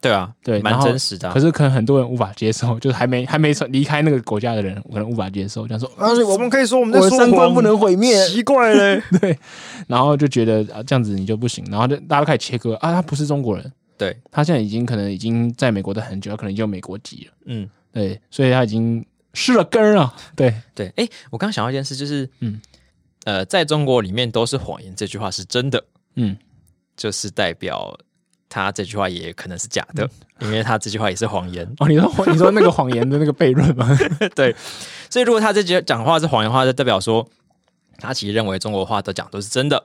对啊，
对
蛮
然后
真实的啊、
可是可能很多人无法接受，就是还没还没从离开那个国家的人，可能无法接受，这样说，
而且我们可以说我们
我的三观不能毁灭，
奇怪 嘞。
然后就觉得啊这样子你就不行，然后就大家开始切割啊，他不是中国人，
对，
他现在已经可能已经在美国待很久，他可能已经有美国籍了，
嗯，
对，所以他已经失了根儿了，对，
对。哎、我刚刚想到一件事，就是
嗯
嗯，呃，在中国里面都是谎言，这句话是真的，
嗯，。
就是代表他这句话也可能是假的，因为他这句话也是谎言
哦，你说谎你说那个谎言的那个悖论吗？
对，所以如果他这句讲话是谎言的话，就代表说他其实认为中国话都讲都是真的。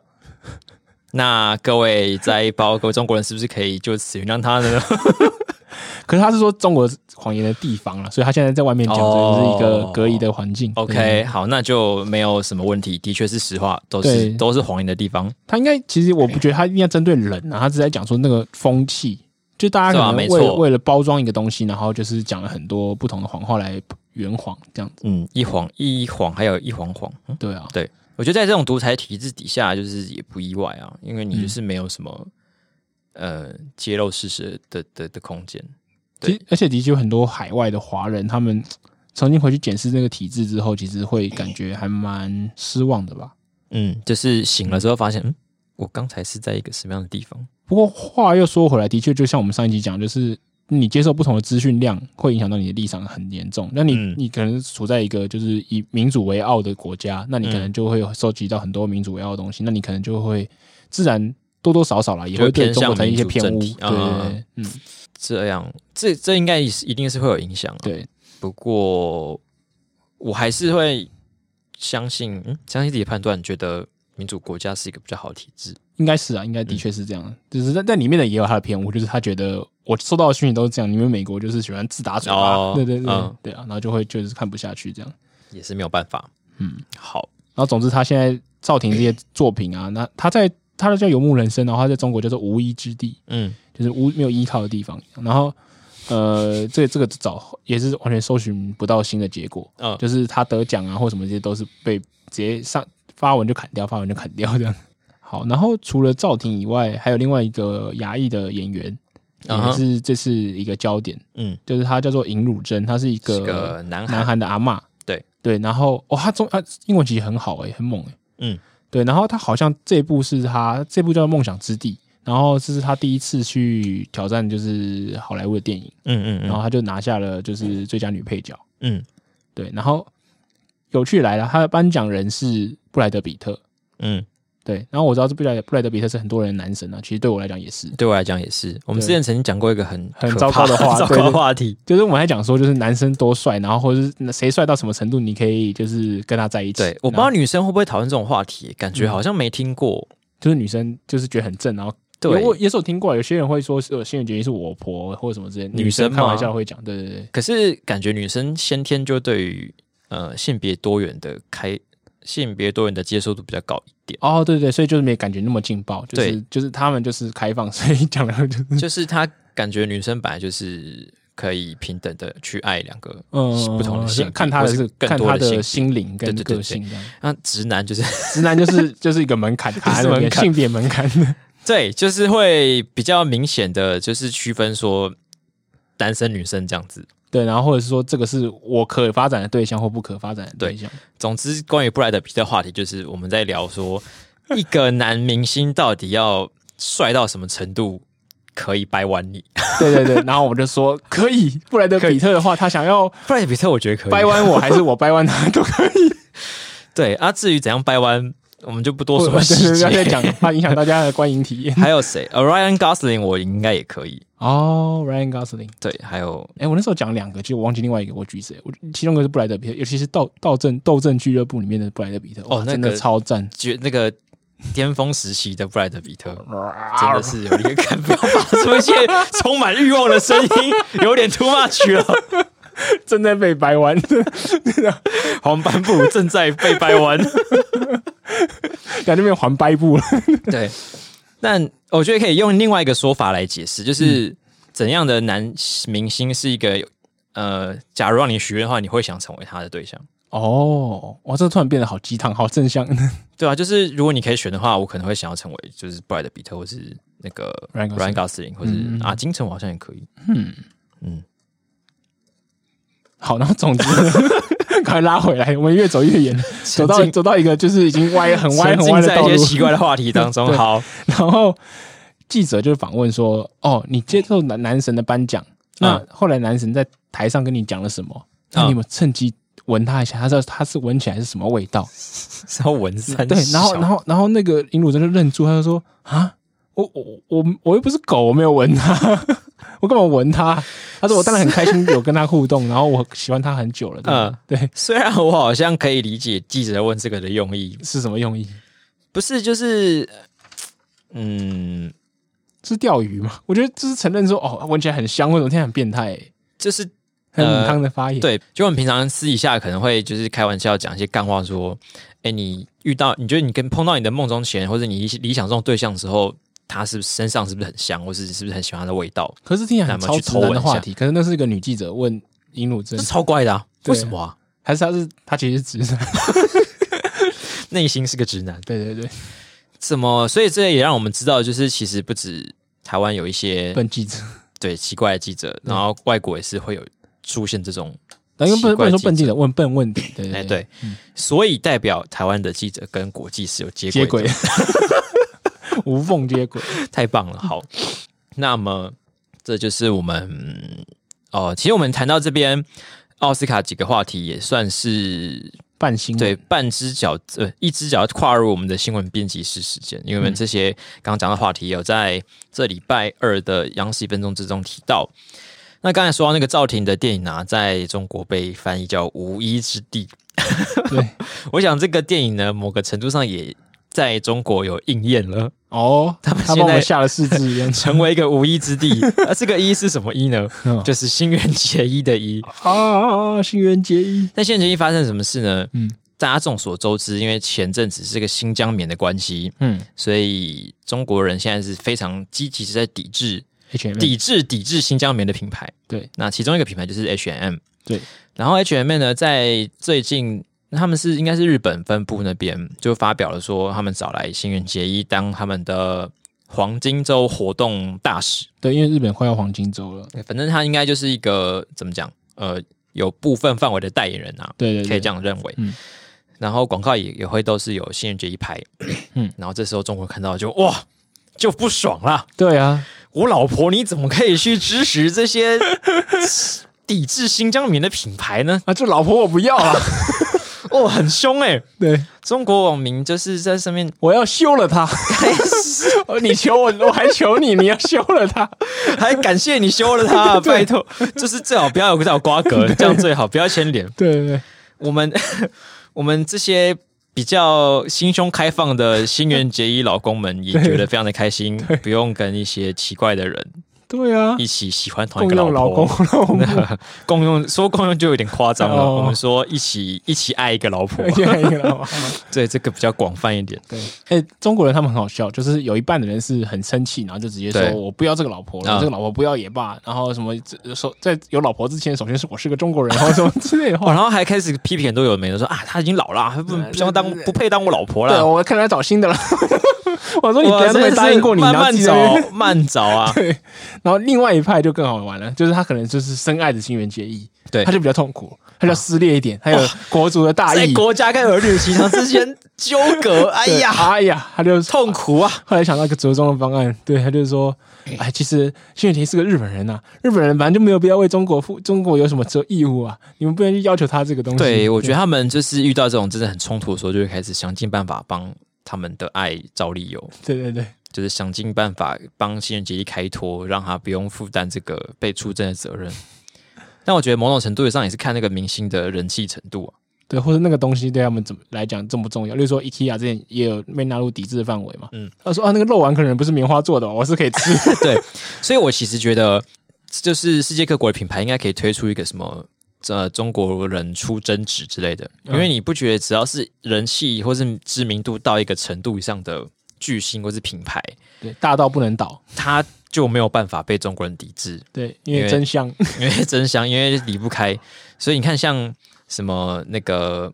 那各位在包各位中国人是不是可以就此原谅他呢？
可是他是说中国谎言的地方了，所以他现在在外面讲，
哦
所以是一个隔离的环境。对
OK，好，那就没有什么问题，的确是实话，都是
对
都是谎言的地方，
他应该其实我不觉得他应该针对人啊，他只是在讲说那个风气，就大家可能
是吧没
为了
错
为了包装一个东西，然后就是讲了很多不同的谎话来圆谎，这样子。
嗯，一谎一谎，还有一谎谎。嗯
对啊，
我觉得在这种独裁体制底下，就是也不意外啊，因为你
嗯
就是没有什么、呃揭露事实的的的空间。对
其实而且的确有很多海外的华人，他们重新回去检视这个体制之后，其实会感觉还蛮失望的吧。
嗯，就是醒了之后发现，嗯，我刚才是在一个什么样的地方？
不过话又说回来，的确就像我们上一集讲，就是你接受不同的资讯量，会影响到你的立场很严重。那你、
嗯
你可能处在一个就是以民主为傲的国家，那你可
嗯
能就会收集到很多民主为傲的东西，那你可能就会自然多多少少啦，也
就会
会对
偏
中
向
国产生一些
民主
偏
政
污。
体
对
啊
对，对嗯，
这样，这这应该也是一定是会有影响、啊。
对，
不过我还是会相信，嗯，相信自己的判断，觉得民主国家是一个比较好的体制。
应该是啊，应该的
嗯
确是这样。就是在在里面的也有他的偏误，就是他觉得我收到的讯息都是这样，你们美国就是喜欢自打嘴巴，
哦
对对对、
嗯
对啊，然后就会就是看不下去这样。
也是没有办法。
嗯，
好，
然后总之他现在赵婷这些作品啊，那他在他的叫游牧人生，然后他在中国叫做无依之地，
嗯，
就是无没有依靠的地方。然后呃，这这个找也是完全搜寻不到新的结果，
嗯
就是他得奖啊或什么这些都是被直接上发文就砍掉，发文就砍掉这样。好，然后除了赵婷以外，还有另外一个牙裔的演员，
嗯哼
也是这次一个焦点，
嗯，
就是他叫做尹汝贞，他是一
这
个
个男孩，
南韩的阿嬷，
对
对，然后哦，他中他英文其实很好诶、很猛诶、欸
嗯，
对，然后他好像这部是他这部叫《梦想之地》，然后这是他第一次去挑战就是好莱坞的电影，
嗯
然后他就拿下了就是最佳女配角，
嗯
对，然后有趣来了，他的颁奖人是布莱德比特，
嗯
对，然后我知道这布莱布莱德比特是很多人的男神啊，其实对我来讲也是
嗯，，对我来讲也是。我们
对
之前曾经讲过一个很
很
可
糟
怕
糕的话
糟
对
糕的
对
话题。
就是我们还讲说就是男生多帅，然后或者是谁帅到什么程度，你可以就是跟他在一起，
对，我不知
然
道
后
女生会不会讨论这种话题，感觉好像没听过。
就是女生就是觉得很正，然后
对，
我也是有听过，有些人会说是有心理决定是我婆或者什么之类的，
女生
生开玩
吗
笑会讲，对对对，，
可是感觉女生先天就对于呃性别多元的开性别多元的接受度比较高一点
哦对对，所以就是没感觉那么劲爆，就
对
是就是他们就是开放，所以讲 了就是
就是她感觉女生本来就是可以平等的去爱两个
嗯
不同的性别，
看他
或
的
是
是
更
看
多
他
的性
的
别。
心灵
对
跟
对对
个
对
性这样，
那直男就是
直男就是 就是一个 门槛卡在那
门
边，
槛
性别门槛，
对，就是会比较明显的就是区分说男生女生这样子。
对，然后或者是说这个是我可发展的对象或不可发展的对象，
总之，关于布莱德皮特话题，就是我们在聊说一个男明星到底要帅到什么程度可以掰弯你。
对对对，然后我就说可以，布莱德比特的话，他想要
布莱德皮特我觉得可以
掰弯我还是我掰弯他都 可以。
对啊，至于怎样掰弯，我们就不 多说
对
细
对对，不要再
节。
讲，怕影响大家的观影体验。
还有谁呃？Ryan Gosling 我应该也可以。
哦、r y a n Gosling，
对，还有
哎、我那时候讲两个，其实我忘记另外一个，我举谁？我其中一个是布莱德比特，尤其是斗斗阵斗阵俱乐部里面的布莱德比特，哇
哦那
真
个
的超赞，
觉那个巅峰时期的布莱德皮特，真的是有点感，不要发啊出一些充满欲望的声音，有点 too much 了。
正在被掰弯，
黄斑部正在被掰弯。
在那边还掰布了。
对，但我觉得可以用另外一个说法来解释，就是
嗯
怎样的男明星是一个呃，假如让你许愿的话，你会想成为他的对象，
哦，哇，这突然变得好鸡汤，好正向。
对啊，就是如果你可以选的话，我可能会想要成为就是布莱德比特，或是那个
Ryan Gosling
Ryan Gosling，或是
嗯
啊金城，我好像也可以。嗯
好，然后总之， 赶快拉回来，我们越走越远，走到走到一个就是已经歪很
嗯，
歪
沉
很
浸
歪的
在一
道路
些，奇怪的话题当中。
对
好，
然后记者就访问说：“哦，你接受男男神的颁奖，那
嗯
后来男神在台上跟你讲了什么？那你有没有趁机闻它一下，他知道它是闻起来是什么味道。
是要闻三
对，然后
小
然后然后那个尹汝贞就愣住，他就说啊，我我我我又不是狗，我没有闻它， 我干嘛闻它？他说我当然很开心有跟他互动，然后我喜欢他很久了，嗯
嗯，
对，
虽然我好像可以理解记者问这个的用意，
是什么用意？
不是就是，嗯，
是钓鱼吗？我觉得这是承认说哦，闻起来很香，或者听起来很变态、欸，
就是
很
呃
母汤的发言。
对，就我们平常私底下可能会就是开玩笑讲一些干话，说，哎，你遇到你觉得你跟碰到你的梦中情人或者你理想中的对象的时候，他是不是身上是不是很香，或是是不是很喜欢他的味 道？
可是听起来很
那么
超
去
直
偷
男
闻
的
一下
话题。可是那是一个女记者问尹汝贞
这，超怪的啊！
对
为什么啊？
还是他是他其实是直 男？
内心是个直男，
对对对，
怎么？所以这也让我们知道，就是其实不止台湾有一些
笨记者。
对奇怪的记者，然后外国也是会有出现这种
但因为
奇
不能不
怪
能说
记
笨记者问笨问题，对
哎，
对
对，所以代表台湾的记者跟国际是有接
接
轨
轨
的，，
无缝接轨。
太棒了。好，那么这就是我们哦、其实我们谈到这边奥斯卡几个话题，也算是
半新闻
对，半只脚呃一只脚跨入我们的新闻编辑室时间，因
嗯
为我们这些刚刚讲的话题有在这礼拜二的央视一分钟之中提到。那刚才说到那个赵婷的电影啊，在中国被翻译叫《无依之地》。
对，
我想这个电影呢，某个程度上也在中国有应验了，
哦，他
们
他
现
帮我
在
们下了四 字一样
成为一个无依之 地。那、这个“依”是什么“依”呢？
嗯
就是新垣结衣的“依”。
啊啊啊！新垣结衣，
那新垣结衣发生什么事呢？
嗯
大家众所周知，因为前阵子这个新疆棉的关系，
嗯
所以中国人现在是非常积极地在抵制、
，H M
抵制、抵制新疆棉的品牌。
对
那其中一个品牌就是 H&M。
对，
然后 H&M 呢，在最近他们是应该是日本分部那边就发表了说，他们找来新垣结衣当他们的黄金周活动大使。
对，因为日本快要黄金周了，
反正他应该就是一个怎么讲，呃，有部分范围的代言人啊，
对对对，
可以这样认为。
嗯
然后广告也也会都是有新垣结衣拍，嗯
嗯，
然后这时候中国看到就哇就不爽啦，
对啊，
我老婆你怎么可以去支持这些 抵制新疆棉的品牌呢？
啊，这老婆我不 要了，
哦，很凶哎、
对
中国网民就是在上面
我要休了 他，你求我，我还求你，你要休了他，
还感谢你修了它，拜
对
托，就是最好不要有个这种瓜葛，这样最好，不要牵 连。
对对对，
我们 我们这些比较心胸开放的新垣结衣老公们也觉得非常的开心，不用跟一些奇怪的人
对啊，
一起喜欢同一
共
个
用老公
婆。
老公，
共用说共用就有点夸张了，
哦
我们说一起一起爱一个老婆，啊
老婆。
对这个比较广泛一点。
对，哎、中国人他们很好笑，就是有一半的人是很生气，然后就直接
对
说我不要这个老婆了，
啊
这个老婆不要也罢，然后什么这说在有老婆之前，首先是我是个中国人，然后什么之类的
哦，
话。
然后还开始批评很多有的没的说啊，她已经老了啊，她不不相当不配当我老婆
对，
了。
我看来找 新的了。我说你
我
等一下都没答应过你，
慢
然后
慢
自己在那边
找， 慢找 啊。
哦然后另外一派就更好玩了，就是他可能就是深爱的情缘结义，
对
他就比较痛苦，他就要撕裂一点，还有国足的大
在
义。
国家跟儿女情长之间纠 葛，哎
对
呀，
哎呀，他就
痛苦啊！
后来想到一个折中的方案，对，他就说，哎，其实谢霆是个日本人呐、啊日本人反正就没有必要为中国负中国有什么责义务啊，你们不能去要求他这个东西。
对，我觉得他们就是遇到这种真的很冲突的时候，就会开始想尽办法帮他们的爱找理由，
对对对
就是想尽办法帮新人杰一开脱，让他不用负担这个被出征的责任。但我觉得某种程度上也是看那个明星的人气程度啊。
对，或者那个东西对他们怎么来讲重不重要？例如说 IKEA 之前也有被纳入抵制的范围嘛，
嗯
嗯，他说啊，那个肉丸可能不是棉花做的，我是可以吃。
对，所以我其实觉得，就是世界各国的品牌应该可以推出一个什么。呃，中国人出征纸之类的，因为你不觉得只要是人气或是知名度到一个程度以上的巨星或是品牌，
对，大到不能倒，
他就没有办法被中国人抵制，
对，
因
因
为
为真相，
因为真香，因为离不开。所以你看，像什么那个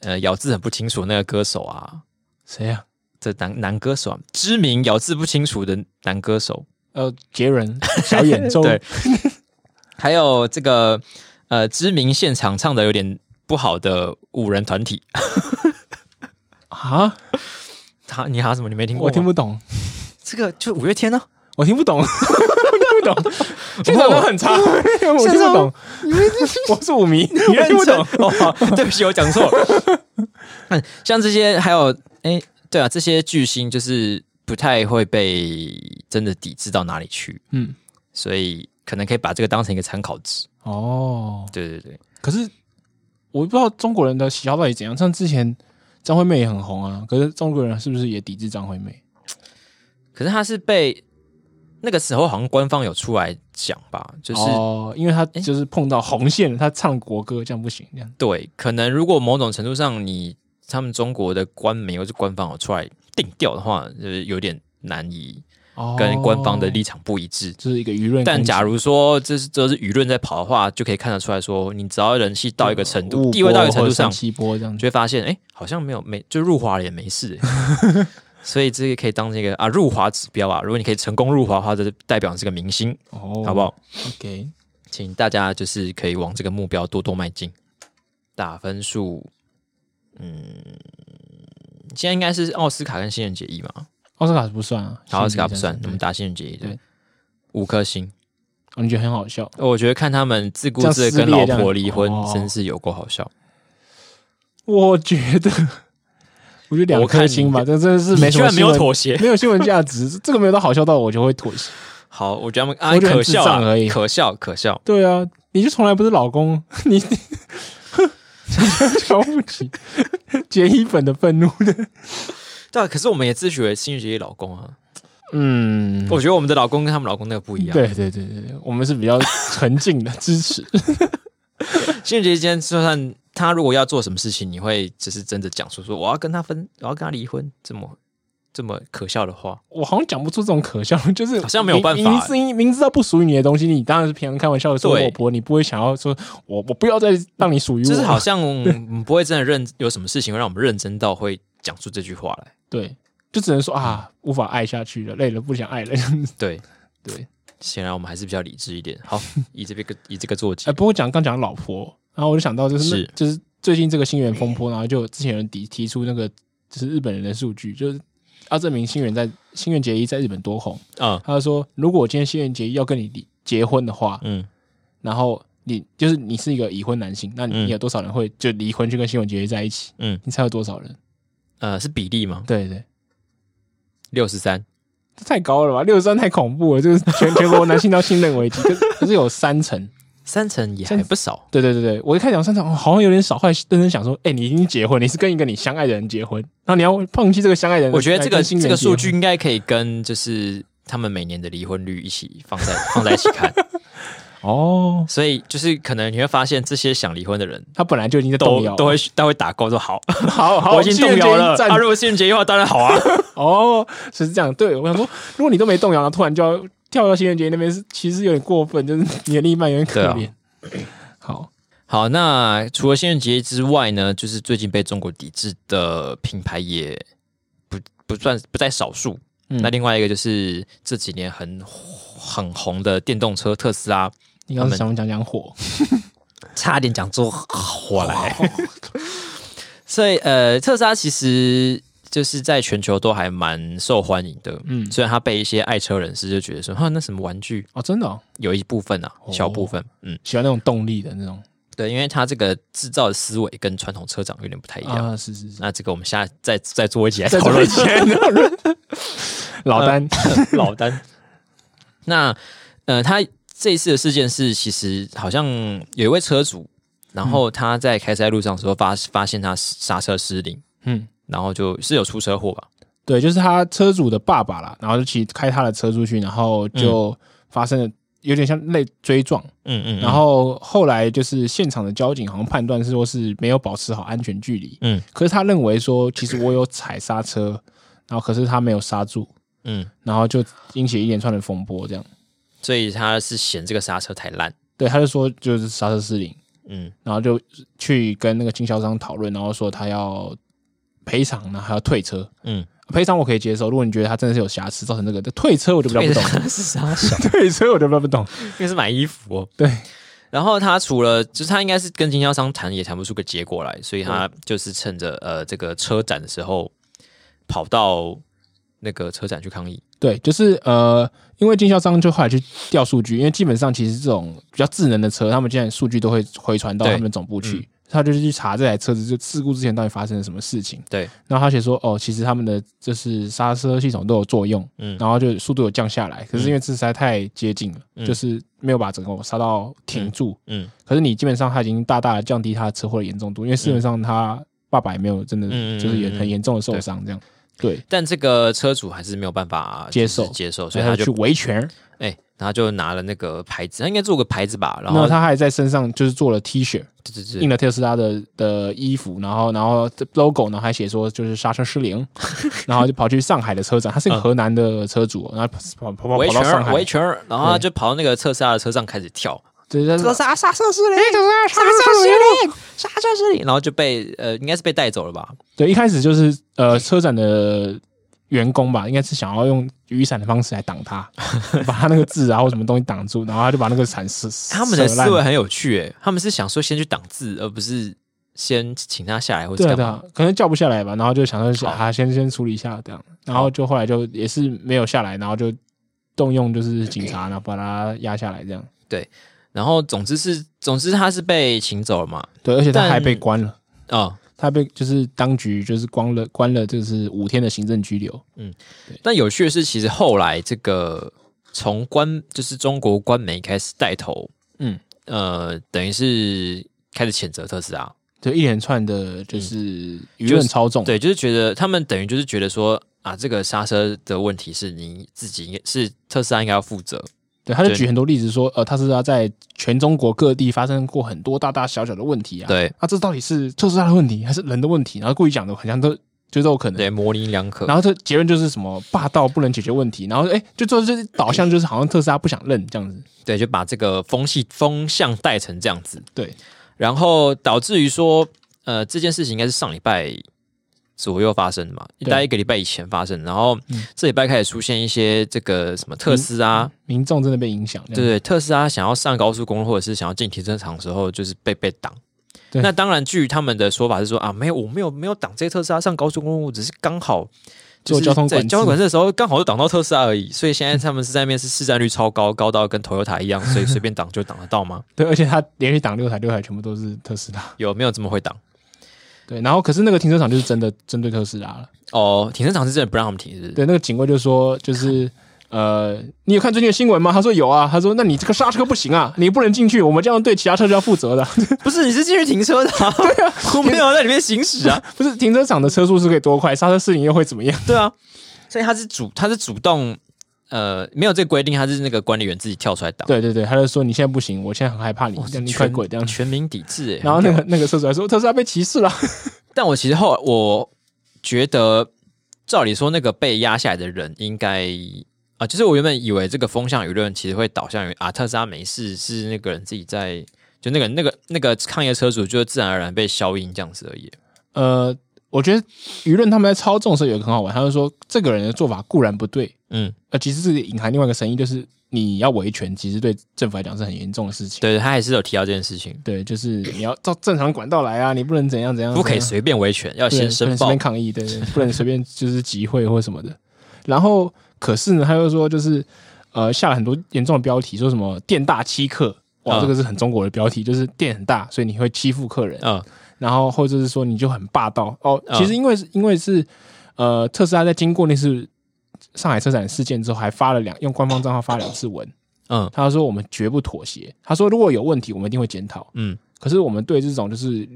呃咬字很不清楚那个歌手啊，
谁呀、
这男男歌手、啊，知名咬字不清楚的男歌手，
呃，杰伦、小眼周，
对，还有这个呃知名现场唱的有点不好的五人团体，
啊，
他你哈什么？你没听过吗？
我听不懂，
这个就五月天呢、
我听不懂，懂， 现场都很差，我听不懂。我是五迷，你
认
听不
真
懂。
哦， 对不起，我讲错了。 嗯像这些还有，哎、对啊，这些巨星就是不太会被真的抵制到哪里去，
嗯，
所以可能可以把这个当成一个参考值。
哦，
对对对，
可是我不知道中国人的喜好到底怎样。像之前张惠妹也很红啊，可是中国人是不是也抵制张惠妹？
可是他是被那个时候好像官方有出来讲吧，就是、
哦，因为她就是碰到红线了，她唱国歌这样不行，这样
对，可能如果某种程度上你他们中国的官媒或是官方有出来定调的话，就是有点难以
哦
跟官方的立场不一致。
就是一个舆论攻击。
但假如说这是这是舆论在跑的话，就可以看得出来说，你只要人气到一个程
五
度，地位到一个程
波
度
或者
上
三，七波这样
你
子，
就会发现，哎、好像没有没就入华了也没事、欸 所以这个可以当成一个啊入华指标啊。如果你可以成功入华的话，这代表你是个明星，
哦
好不好？
？OK，
请大家就是可以往这个目标多多迈进。打分数，嗯，现在应该是奥斯卡跟新人节一嘛，
奥斯卡不算啊，
好，奥斯卡不算，嗯
对
我们打新人节一对
对，
五颗星。
哦，你觉得很好笑？
我觉得看他们自顾自地跟老婆离婚，真是有够好笑。
我觉得， 我觉得两
我看
颗
你
星吧，这真的是没
你
什
居
么
然没
新
有
闻，
妥协。
没有新闻价值，这个没有到好笑到我就会妥协。
好，我觉得他们啊，
我觉得很
可笑
智
啊
障而已
可笑，可笑。
对啊，你就从来不是老公， 你你瞧不起 杰伊粉的愤怒的，
对啊，可是我们也自诩为新人节一老公啊。
嗯，
我觉得我们的老公跟他们老公那个不一样。
对，对对对对，我们是比较纯净的支持，
新人节今天就算他如果要做什么事情，你会只是真的讲出说我要跟他分，我要跟他离婚，这么这么可笑的话。
我好像讲不出这种可笑，就是
好像没有办法
明明知明明知道不属于你的东西，你当然是平常开玩笑的说
对
我婆，你不会想要说我我不要再让你属于我，
就是好 像嗯不会真的认有什么事情会让我们认真到会讲出这句话来。
对，就只能说啊，
嗯
无法爱下去了，累了，不想爱了。
对
对，
显然我们还是比较理智一点。 好，以这个以这个做结
哎、。不过讲刚讲老婆，然后我就想到就是那
是
就是最近这个新源风波，然后就有之前有人提提出那个就是日本人的数据，就是要证明新源在新源结衣在日本多红。
嗯
他就说，如果我今天新源结衣要跟你离结婚的话，
嗯，
然后你就是你是一个已婚男性，那你
嗯
你有多少人会就离婚去跟新源结衣在一起？
嗯，
你猜有多少人？
呃，是比例吗？
对对。
六十三。
这太高了吧，六十三太恐怖了，就是全全国男性到信任危机，可是可是有三成
三成也
三
还不少，
对对对对，我一开始讲三场、哦好像有点少，后来认真想说，哎、你已经结婚，你是跟一个你相爱的人结婚，然后你要放弃这个相爱的人，
我觉得这
来
个
跟新人
这个
结
数
婚
据，应该可以跟就是他们每年的离婚率一起放在放在一起看，
哦，
所以就是可能你会发现这些想离婚的人
他本来就已经在动
都
摇，
都会都会打勾说好，
好好，
我已经动摇了。
站
他、如果新人节的话，当然好 啊。
哦，是这样，对我想说，如果你都没动摇，然后突然就要跳到新人节那边，是其实有点过分，就是你的另一半有点可
对啊
怜。好，
好，那除了新人节之外呢，就是最近被中国抵制的品牌也不不算不在少数。
嗯
那另外一个就是这几年很很红的电动车特斯拉，
你刚刚想讲讲火，
差点讲出火来。 所以呃，特斯拉其实就是在全球都还蛮受欢迎的。
嗯，
虽然它被一些爱车人士就觉得说，哈，那什么玩具
哦，真的、哦、
有一部分啊，
哦
小部分，嗯，
喜欢那种动力的那种
对，因为它这个制造的思维跟传统车厂有点不太一样。
啊，是是是，
那这个我们下再再做一集来
在
哎讨
这
论
以前 老丹，
老单。那呃，他这一次的事件是，其实好像有一位车主，然后他在开车在路上的时候发发现他刹车失灵，
嗯。
然后就是有出车祸吧？
对，就是他车主的爸爸啦，然后就骑开他的车出去，然后就发生了有点像类追撞，
嗯嗯
然后后来就是现场的交警好像判断是说是没有保持好安全距离，
嗯
可是他认为说其实我有踩刹车，然后可是他没有刹住，
嗯，
然后就引起一连串的风波，这样，
所以他是嫌这个刹车太烂。
对，他就说就是刹车失灵，
嗯，
然后就去跟那个经销商讨论，然后说他要赔偿，然后还要退车，
嗯，
赔偿我可以接受，如果你觉得他真的是有瑕疵造成这个，但退车我就比较嗯不懂。
是啥小？
对，所以我就不懂。
因为是买衣服哦。
对，
然后他除了就是他应该是跟经销商谈也谈不出个结果来，所以他就是趁着呃这个车展的时候跑到那个车展去抗议。
对，就是呃，因为经销商就后来去调数据，因为基本上其实这种比较智能的车，他们现在数据都会回传到
对嗯
他们总部去，他就是去查这台车子就事故之前到底发生了什么事情。
对，
然后他写说，哦，其实他们的就是刹车系统都有作用，
嗯
然后就速度有降下来，可是因为这实在太接近了，
嗯
就是没有把整个刹到停住。
嗯
可是你基本上它已经大大的降低它的车祸的严重度，因为基本上他爸爸也没有真的
嗯嗯嗯嗯
就是也很严重的受伤这样。对，
但这个车主还是没有办法
接
就是
受
接受，所
所
以
以
他
他去
就
维权，
哎、然后就拿了那个牌子，他应该做个牌子吧，然
然后
后
他还在身上就是做了 T 恤，
对对
印
对，
了特斯拉的的衣服，然后然后 logo，然后还写说就是刹车失 灵，然后就跑去上海的车展，他是一个河南的车主，然后跑跑跑
围
跑
圈
到上
儿围
海，
圈儿，然后他就跑到那个特斯拉的车上开始跳，
对，他
特斯拉刹车失灵，刹车失灵，刹车失灵，然后就被呃应该是被带走了吧？
对一开始就是呃车展的员工吧，应该是想要用雨伞的方式来挡 他，把他那个字啊或什么东西挡住，然后他就把那个伞撕，
他们的
撕
思
烂
维很有趣、欸，他们是想说先去挡字，而不是先请他下来或者
对
干
啊对
嘛。
啊，可能叫不下来吧，然后就想说
好
啊，先先处理一下这样，然后就后来就也是没有下来，然后就动用就是警察，然后把他压下来这样。
然后总之是，总之他是被请走了嘛？
对，而且他
但
还被关了，
啊、
他被就是当局就是关了关了，就是五天的行政拘留。
但有趣的是，其实后来这个从官就是中国官媒开始带头，
嗯，
呃，等于是开始谴责特斯拉，
对，一连串的嗯就是舆论操纵，
对，就是觉得他们等于就是觉得说啊，这个刹车的问题是你自己应该是特斯拉应该要负责，
对，他就
对
举很多例子说，呃，特斯拉在全中国各地发生过很多大大小小的问题啊。，
对
啊，这到底是特斯拉的问题还是人的问题？然后故意讲的，好像都就都有可能。
对，模棱两可，
然后这结论就是什么霸道不能解决问题，然后哎，就做就是导向就是好像特斯拉不想认这样子，
对，就把这个风系风向带成这样子，
对，
然后导致于说，呃，这件事情应该是上礼拜左右发生的嘛，
对嗯
大概一个礼拜以前发生的，然后这礼拜开始出现一些这个什么特斯拉，
民众真的被影响，
对对，特斯拉想要上高速公路或者是想要进停车场的时候，就是被被挡。
对
那当然，据他们的说法是说啊，没有，我没有没有挡这些特斯拉上高速公路，我只是刚好就
做
是
交通
在
管制
交通管制的时候刚好就挡到特斯拉而已。所以现在他们是在那边是市占率超高，高到跟 Toyota 一样，所以随便挡就挡得到吗？
对，而且他连续挡六台，六台全部都是特斯拉，
有没有这么会挡？
对，然后可是那个停车场就是真的针对特斯拉了，
哦，停车场是真的不让他们停，是不是？
对，那个警卫就说就是。呃，你有看最近的新闻吗？他说有啊。他说，那你这个刹车不行啊，你不能进去，我们这样对其他车就要负责的。
不是，你是进去停车的、啊，对啊，我没有在里面行驶啊，
不是停车场的车速是可以多快，刹车失灵又会怎么样？
对啊，所以他是主，他是主动，呃，没有这个规定，他是那个管理员自己跳出来挡，
对对对，他就说你现在不行，我现在很害怕你，这样你快
全
滚这样。
全民抵制、欸，
然后
很
那
屌
个那个车主还说特斯拉被歧视了，
但我其实后来我觉得，照理说那个被压下来的人应该啊，就是我原本以为这个风向舆论其实会导向于啊特斯拉没事，是那个人自己在，就那个那个那个抗业车主就自然而然被消音这样子而已。
呃，我觉得舆论他们在操纵的时候有一个很好玩，他就说这个人的做法固然不对，
嗯，
呃，其实是隐含另外一个深意，就是你要维权，其实对政府来讲是很严重的事情。
对他还是有提到这件事情，
对，就是你要照正常管道来啊，你不能怎 样怎样，
不可以
怎样
随便维权，要
对
先
不
申
能随
报
便。抗议，对对，不能随便就是集会或什么的。然后，可是呢，他又说就是呃下了很多严重的标题，说什么店大欺客，哇，
嗯
这个是很中国的标题，就是店很大，所以你会欺负客人。
嗯
然后或者是说你就很霸道哦。
嗯
其实因为是因为是呃，特斯拉在经过那次上海车展事件之后，还发了两用官方账号发两次文，
嗯
他说我们绝不妥协，他说如果有问题，我们一定会检讨。
嗯
可是我们对这种就是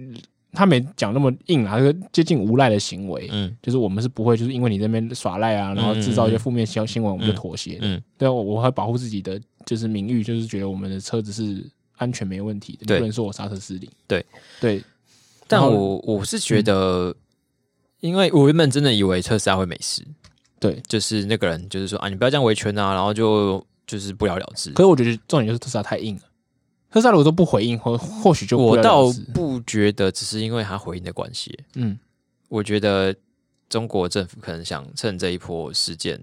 他没讲那么硬啊，这个接近无赖的行为。
嗯
就是我们是不会，就是因为你这边耍赖啊，然后制造一些负面新新闻，我们就妥协。
嗯，
对啊，我我会保护自己的就是名誉，就是觉得我们的车子是安全没问题的，你
对
不能说我刹车失灵。
对
对，
但
然后嗯
我我是觉得，因为我原本真的以为特斯拉会没事，
对，
就是那个人就是说啊，你不要这样维权啊，然后就就是不了了之。
可是我觉得重点就是特斯拉太硬了，特斯拉如果都不回应，或或许就不
我
了
倒
了之
不觉得只是因为他回应的关系，
嗯，
我觉得中国政府可能想趁这一波事件，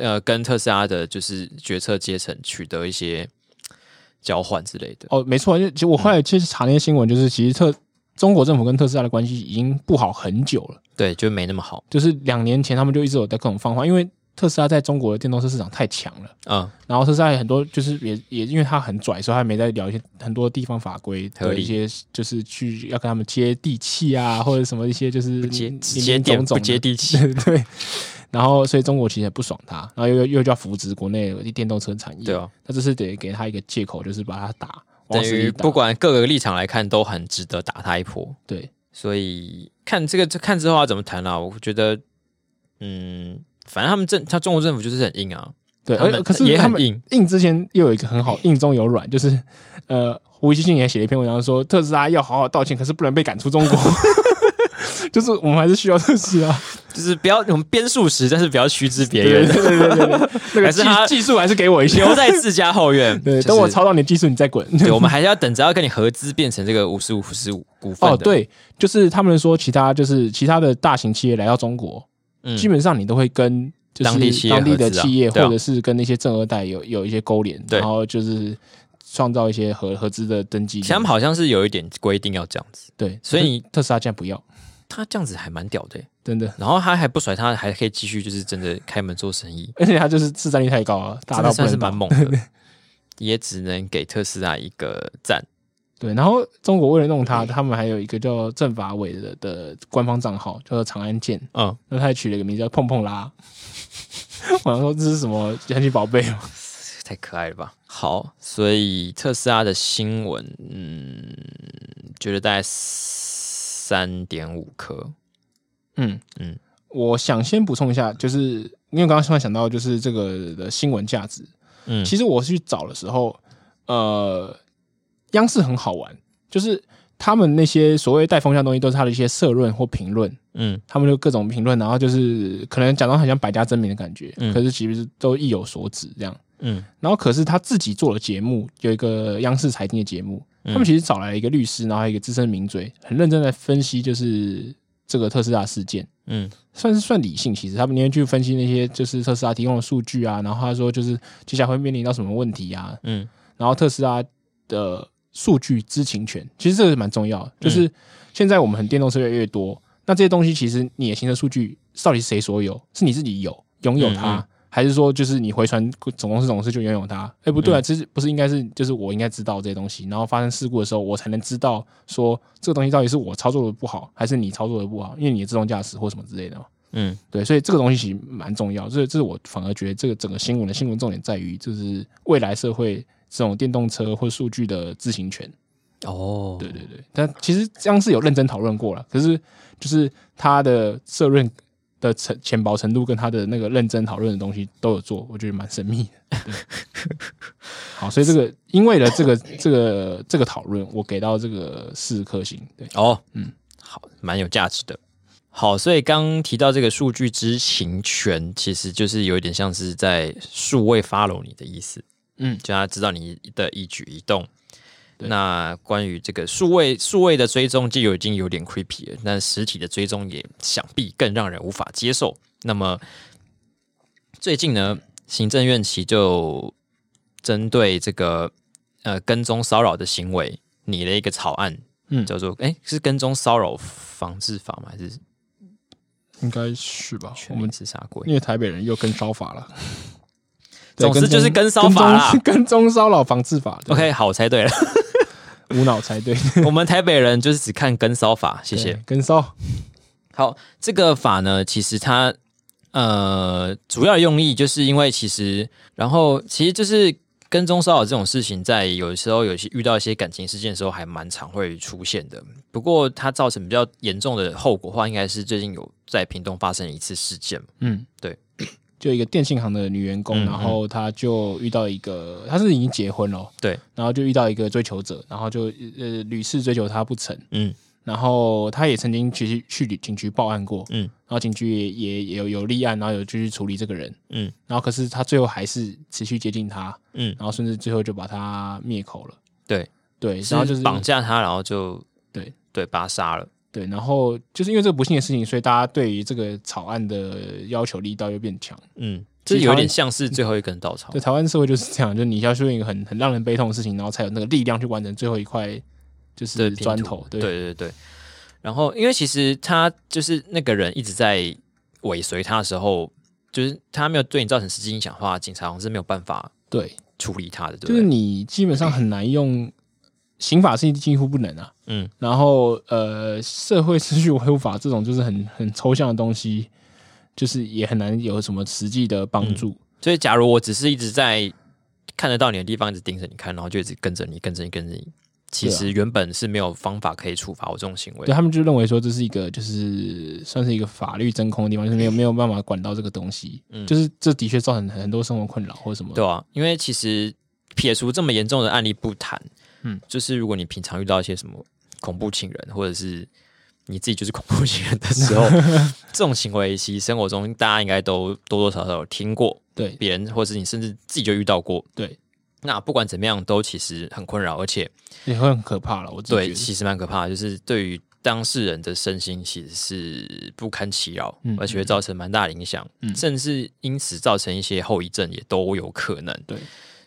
呃，跟特斯拉的就是决策阶层取得一些交换之类的。嗯
哦哦，没错，因为其实我后来去查那些新闻，就是其实特中国政府跟特斯拉的关系已经不好很久了，
对，就没那么好，
就是两年前他们就一直有在各种放话，因为特斯拉在中国的电动车市场太强了，
嗯，
然后特斯拉也很多就是也也因为它很拽，所以它没在聊一些很多地方法规
合
的
理
一些，就是去要跟他们接地气啊，或者什么一些就是
接
零
接
零
点
总总
不
的
接地气，
对。然后，所以中国其实也不爽他，然后又又又叫扶植国内的电动车产业，
对啊，
他这是得给他一个借口，就是把他打，往
等
死里
于
打
不管各个立场来看，都很值得打他一波。
对，
所以看这个这看之后要怎么谈啦、我觉得，嗯，反正他们政他中国政府就是很硬啊，
对，
他们
呃而可是
也
他
很
们
硬
硬之前又有一个 很好，硬中有软，就是呃，胡锡进也写了一篇文章说，特斯拉要好好道歉，可是不能被赶 出中国。就是我们还是需要特斯拉，
就是不要我们编数十，但是不要趋之别
对对
人，
对对对对，那
还
个
是他
技技术还是给我一些。
留在自家后院。
对，
就是
等我抄到你的技术，你再滚。
对，我们还是要等着要跟你合资变成这个五十五十五股份
哦，
的，
对，就是他们说其他就是其他的大型企业来到中国，
嗯
基本上你都会跟就是
当地企业
当地
合
的
资啊
企业
对啊
或者是跟那些正二代有有一些勾连，
对
然后就是创造一些合合资的登记。
其实他们好像是有一点规定要这样子，
对，
所以你
特特斯拉竟然不要，
他这样子还蛮屌的欸、
真的，
然后他还不甩他，还可以继续就是真的开门做生意，
而且它就是市占率太高了，大
真
到
的
不
算是
能
蛮
倒。
猛的， 也只能给特斯拉一个赞。
对，然后中国为了弄它，他们还有一个叫政法委的的官方账号，叫做长安健，
嗯，
那他还取了一个名字叫碰碰拉。 我想说这是什么神奇宝贝哦吗？
太可爱了吧！好，所以特斯拉的新闻，嗯，觉得大概三点五颗，
嗯
嗯
嗯，我想先补充一下，就是因为刚刚突然想到，就是这个的新闻价值。
嗯
其实我去找的时候，呃，央视很好玩，就是他们那些所谓带风向的东西，都是他的一些社论或评论。
嗯
他们就各种评论，然后就是可能讲到好像百家争鸣的感觉，
嗯
可是其实都意有所指这样。
嗯
然后可是他自己做了节目，有一个央视财经的节目，
嗯
他们其实找来了一个律师，然后还有一个资深名嘴，很认真在分析就是这个特斯拉事件。
嗯
算是算理性，其实他们今天去分析那些就是特斯拉提供的数据啊，然后他说就是接下来会面临到什么问题啊，
嗯
然后特斯拉的数据知情权，其实这个蛮重要的。
嗯
就是现在我们很电动车越来越多，那这些东西其实你的行车数据到底是谁所有？是你自己有拥有它，
嗯嗯
还是说就是你回传总公司总公司就拥有它？哎，不
嗯
对啊，这是不是应该是就是我应该知道这些东西，然后发生事故的时候我才能知道说这个东西到底是我操作的不好，还是你操作的不好？因为你的自动驾驶或什么之类的嘛。
嗯
对，所以这个东西其实蛮重要。这这是我反而觉得这个整个新闻的新闻重点在于，就是未来社会这种电动车或数据的自行权。
哦，
对对对，但其实央视有认真讨论过了，可是就是他的社论的层浅薄程度跟他的那个认真讨论的东西都有做，我觉得蛮神秘的。对好，所以这个因为了这个这个这个讨论，我给到这个四颗星。对，
哦，嗯，好，蛮有价值的。好，所以刚提到这个数据知情权，其实就是有一点像是在数位 follow 你的意思，
嗯
就他知道你的一举一动。
对
那关于这个数位数位的追踪，就有已经有点 creepy 了，那实体的追踪也想必更让人无法接受。那么最近呢，行政院其就针对这个呃跟踪骚扰的行为拟了一个草案，
嗯
叫做哎、诶是跟踪骚扰防治法吗？还是
应该是吧
全民是啥鬼？
因为台北人又跟骚 法了。
总之就是跟骚法啦
跟踪跟踪骚扰防治法。对
OK，好，我猜对 了。
无脑才对，
我们台北人就是只看跟骚法，谢谢
对。跟骚。
好，这个法呢，其实它呃主要的用意就是因为其实，然后其实就是跟踪骚扰这种事情，在有时候有些遇到一些感情事件的时候，还蛮常会出现的。不过它造成比较严重的后果的话，应该是最近有在屏东发生一次事件嘛。
嗯，
对。
就一个电信行的女员工，
嗯
然后她就遇到一个，她是已经结婚了，
对，
然后就遇到一个追求者，然后就呃屡次追求她不成，
嗯
然后她也曾经去去警局报案过，
嗯
然后警局也也也有有立案，然后有继续处理这个人，
嗯
然后可是她最后还是持续接近他，
嗯，
然后甚至最后就把他灭口了，
对
对，然后就是
绑架他，然后就
对
对把他杀了。
对，然后就是因为这个不幸的事情，所以大家对于这个草案的要求力道又变强。
嗯，
其
这
实
有
台湾
点像是最后一根稻草
对，。台湾社会就是这样，就是你要去做一个很很让人悲痛的事情，然后才有那个力量去完成最后一块，就是
拼
砖
图
头，
对
对，
对对。然后，因为其实他就是那个人一直在尾随他的时候，就是他没有对你造成实际影响的话，警察好像是没有办法
对，
处理他的，对不
就是
对？
你基本上很难用刑法是几乎不能啊，
嗯，
然后呃，社会秩序维护法这种就是很很抽象的东西，就是也很难有什么实际的
嗯
帮助。
所以，假如我只是一直在看得到你的地方一直盯着你看，然后就一直跟着你，跟着你，跟着你，其
对啊
实原本是没有方法可以处罚我这种行为
对。他们就认为说这是一个就是算是一个法律真空的地方，就是没有没有办法管到这个东西，就是这的确造成很多生活困扰或什
嗯
么。
对啊，因为其实撇除这么严重的案例不谈，嗯
嗯，
就是如果你平常遇到一些什么恐怖情人，或者是你自己就是恐怖情人的时 候，这种行为其实生活中大家应该都多多少少有听过，
对
别人或是你甚至自己就遇到过。
对，
那不管怎么样，都其实很困扰，而且
也会很可怕了。我自己觉
对
得
其实蛮可怕的，就是对于当事人的身心其实是不堪其扰，
嗯
而且会造成蛮大的影响，
嗯
甚至因此造成一些后遗症也都有可能。
对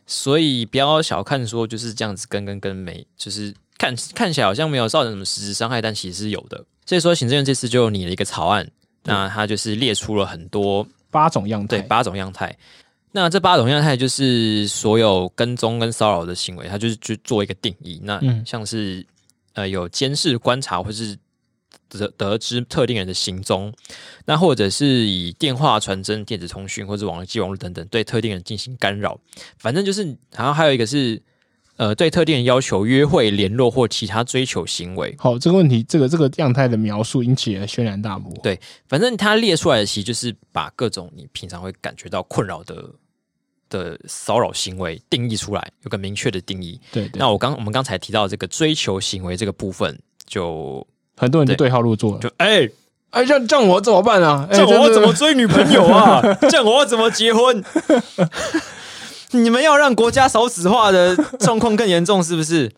所以不要小看说就是这样子跟跟跟没，就是看看起来好像没有造成什么实质伤害，但其实是有的。所以说，行政院这次就拟了一个草案，那它就是列出了很多
八种样态，
对八种样态。那这八种样态就是所有跟踪跟骚扰的行为，它就是去做一个定义。那
嗯
像是、呃有监视、观察或是得得知特定人的行踪，那或者是以电话、传真、电子通讯或者网际网络等等对特定人进行干扰。反正就是，然后还有一个是呃对特定人要求约会、联络或其他追求行为。
好，这个问题，这个这个样态的描述引起了轩然大波。
对反正他列出来的其实就是把各种你平常会感觉到困扰的的骚扰行为定义出来，有个明确的定义。
对对，
那我刚我们刚才提到这个追求行为这个部分，就
很多人就
对
对号入座了。
就哎，
哎，这样这样我怎么办啊？哎
这样我要
真的
怎么追女朋友 啊？这样我要怎么结婚？ 你们要让国家少子化的状况更严重，是不是？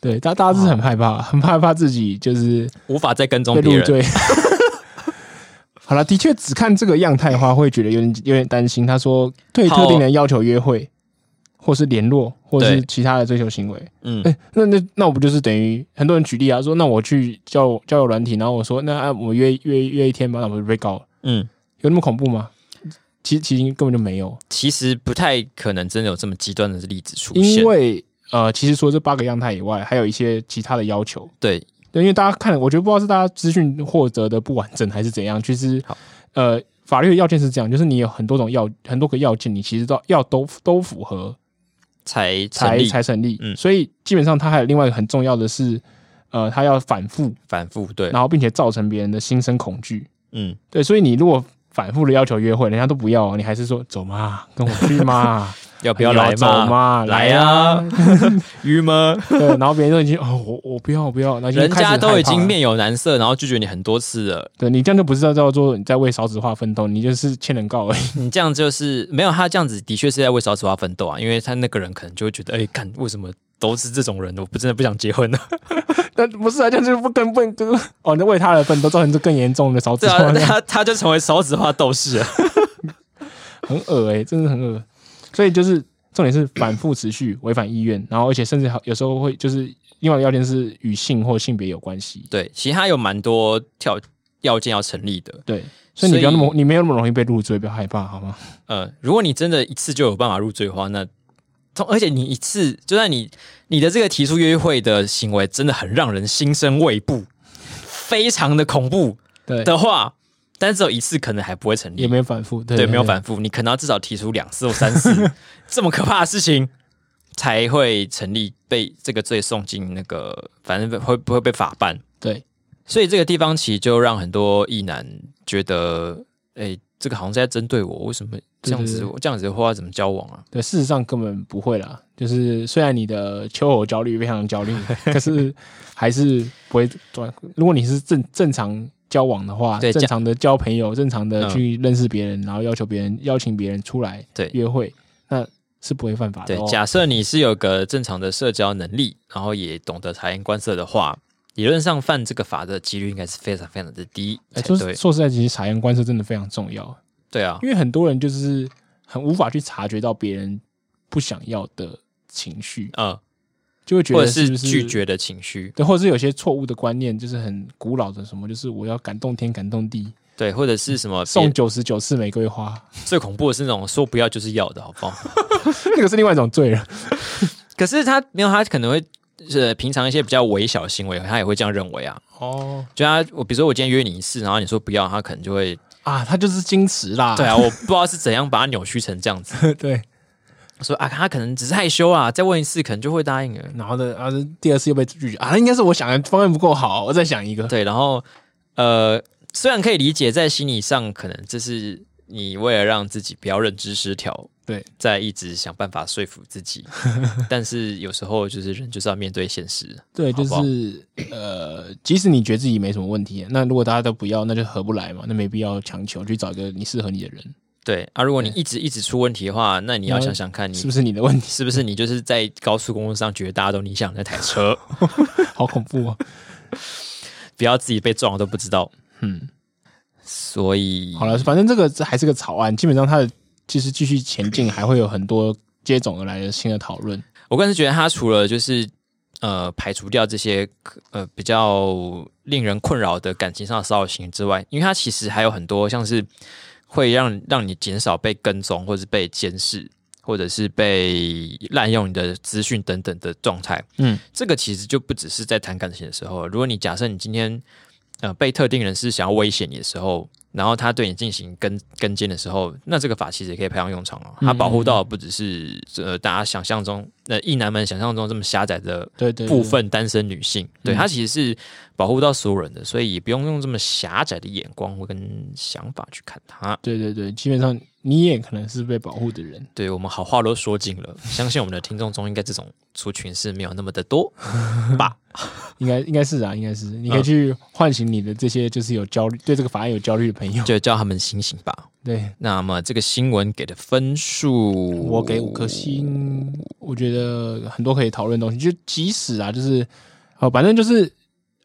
对？大大家是很害怕，很害怕自己就是
无法再跟踪
被
别
入
人，
赘。 好了，的确只看这个样态的话，会觉得有点有点担心。他说对
好
特定人要求约会，或是联络，或是
对
其他的追求行为。
嗯，
哎、那那那我不就是等于很多人举例啊，说那我去交交友软体，然后我说那、啊、我约约约一天吧，那我们就被告了，
嗯，
有那么恐怖吗？其其实根本就没有，
其实不太可能真的有这么极端的例子出现
因，为呃，其实除了这八个样态以外，还有一些其他的要求。
对，
对，因为大家看了，我觉得不知道是大家资讯获得的不完整还是怎样，其实
好
呃，法律的要件是这样，就是你有很多种要很多个要件，你其实都要都都符合
才成
才
立
才成立。
嗯
所以基本上它还有另外一个很重要的是，呃，它要反复，
反复，对，
然后并且造成别人的心生恐惧。
嗯，
对，所以你如果反复的要求约会，人家都不要啊，你还是说走嘛，跟我去 嘛，
要不要来
走
嘛？
嘛，
来
啊
啊，郁闷，
对，然后别人都已经哦，我我不要我不要，那就
人
开始
家都
害
已
怕
经
了
面有难色，然后拒绝你很多次了，
对你这样就不是叫做你在为少子化奋斗，你就是欠人告而已。
你这样就是没有他这样子，的确是在为少子化奋斗啊，因为他那个人可能就会觉得，哎、看为什么都是这种人，我不真的不想结婚了，
但不是啊，这样就是不跟不跟 哦，你为他而奋斗，造成这更严重的少 子
对啊，
化，
他他就成为少子化斗士了，
很恶哎、真的很恶。所以就是重点是反复持续违反意愿，然后而且甚至还有时候会就是另外一个要件是与性或性别有关系。
对，其实他有蛮多条要件要成立的，
对，所以你不要那
所以
么你没有那么容易被入罪，不要害怕好吗？
呃，如果你真的一次就有办法入罪的话，那从而且你一次，就算你你的这个提出约会的行为真的很让人心生畏怖，非常的恐怖
对，
的话，但只有一次可能还不会成立，
也没有反复，对
对，没有
对
反复，你可能要至少提出两次或三 次这么可怕的事情，才会成立被这个罪送进那个，反正会不会被法办？
对，
所以这个地方其实就让很多异男觉得，哎、这个好像是在针对我，为什么这样子？
对对
这样子的话怎么交往啊？
对，事实上根本不会啦。就是虽然你的秋后焦虑非 常焦虑，可是还是不会转。如果你是正正常交往的话，
对
正
交
常的交朋友，正常的
嗯
去认识别人，然后要求别人邀请别人出来
对
约会，那是不会犯法的、
对
哦。，
假设你是有个正常的社交能力，然后也懂得察言观色的话，理论上犯这个法的几率应该是非常非常的低才
哎说
对
实。说实在，其实察言观色真的非常重要，
对啊，
因为很多人就是很无法去察觉到别人不想要的情绪。
嗯，
就会觉
或
得
者
不
是
是
拒绝的情绪，
对，或者是有些错误的观念，就是很古老的什么，就是我要感动天感动地，
对，或者是什么别
送九十九次玫瑰花，
最恐怖的是那种说不要就是要的，好不好？
那个是另外一种罪了。
可是他没有，他可能会呃平常一些比较微小的行为，他也会这样认为啊。
哦
就他，我比如说我今天约你一次，然后你说不要，他可能就会
啊，他就是矜持啦。
对啊，我不知道是怎样把他扭曲成这样子，
对 对，
说啊他可能只是害羞啊，再问一次可能就会答应了。
然后呢，啊，第二次又被拒绝啊，应该是我想的方案不够好，我再想一个。
对，然后呃，虽然可以理解，在心理上可能这是你为了让自己不要认知失调，
对，
在一直想办法说服自 己，但是有时候就是人就是要面对现实。
对，
好
就
不好
是呃，即使你觉得自己没什么问题，那如果大家都不要，那就合不来嘛，那没必要强求去找一个你适合你的人，
对啊，如果你一直一直出问题的话，那你要
那
想想看你
是不是你的问题？
是不是你就是在高速公路上觉得大家都逆向那台 车，
好恐怖哦！
不要自己被撞了都不知道。
嗯，
所以
好了，反正这个这还是个草案，基本上它的其实继续前进，还会有很多接踵而来的新的讨论。
我个人是觉得他除了就是呃排除掉这些呃比较令人困扰的感情上的骚扰行为之外，因为他其实还有很多像是会让让你减少被跟踪，或是被监视，或者是被滥用你的资讯等等的状态。
嗯，
这个其实就不只是在谈感情的时候，如果你假设你今天呃被特定人士想要威胁你的时候。然后他对你进行跟跟监的时候，那这个法其实也可以派上用场哦。
嗯
它保护到的不只是呃大家想象中呃异男们想象中这么狭窄的
对对对嗯
部分单身女性，对她其实是保护到所有人的，所以也不用用这么狭窄的眼光或跟想法去看她。
对对对，基本上你也可能是被保护的人。
对我们好话都说尽了，相信我们的听众中应该这种族群是没有那么的 多吧？
应该应该是啊，应该是你可以
嗯
去唤醒你的这些就是有焦虑对这个法案有焦虑的朋友。
就叫他们醒醒吧。
对
那么这个新闻给的分数，
我给五颗星，我觉得很多可以讨论的东西。就即使啊，就是呃，反正就是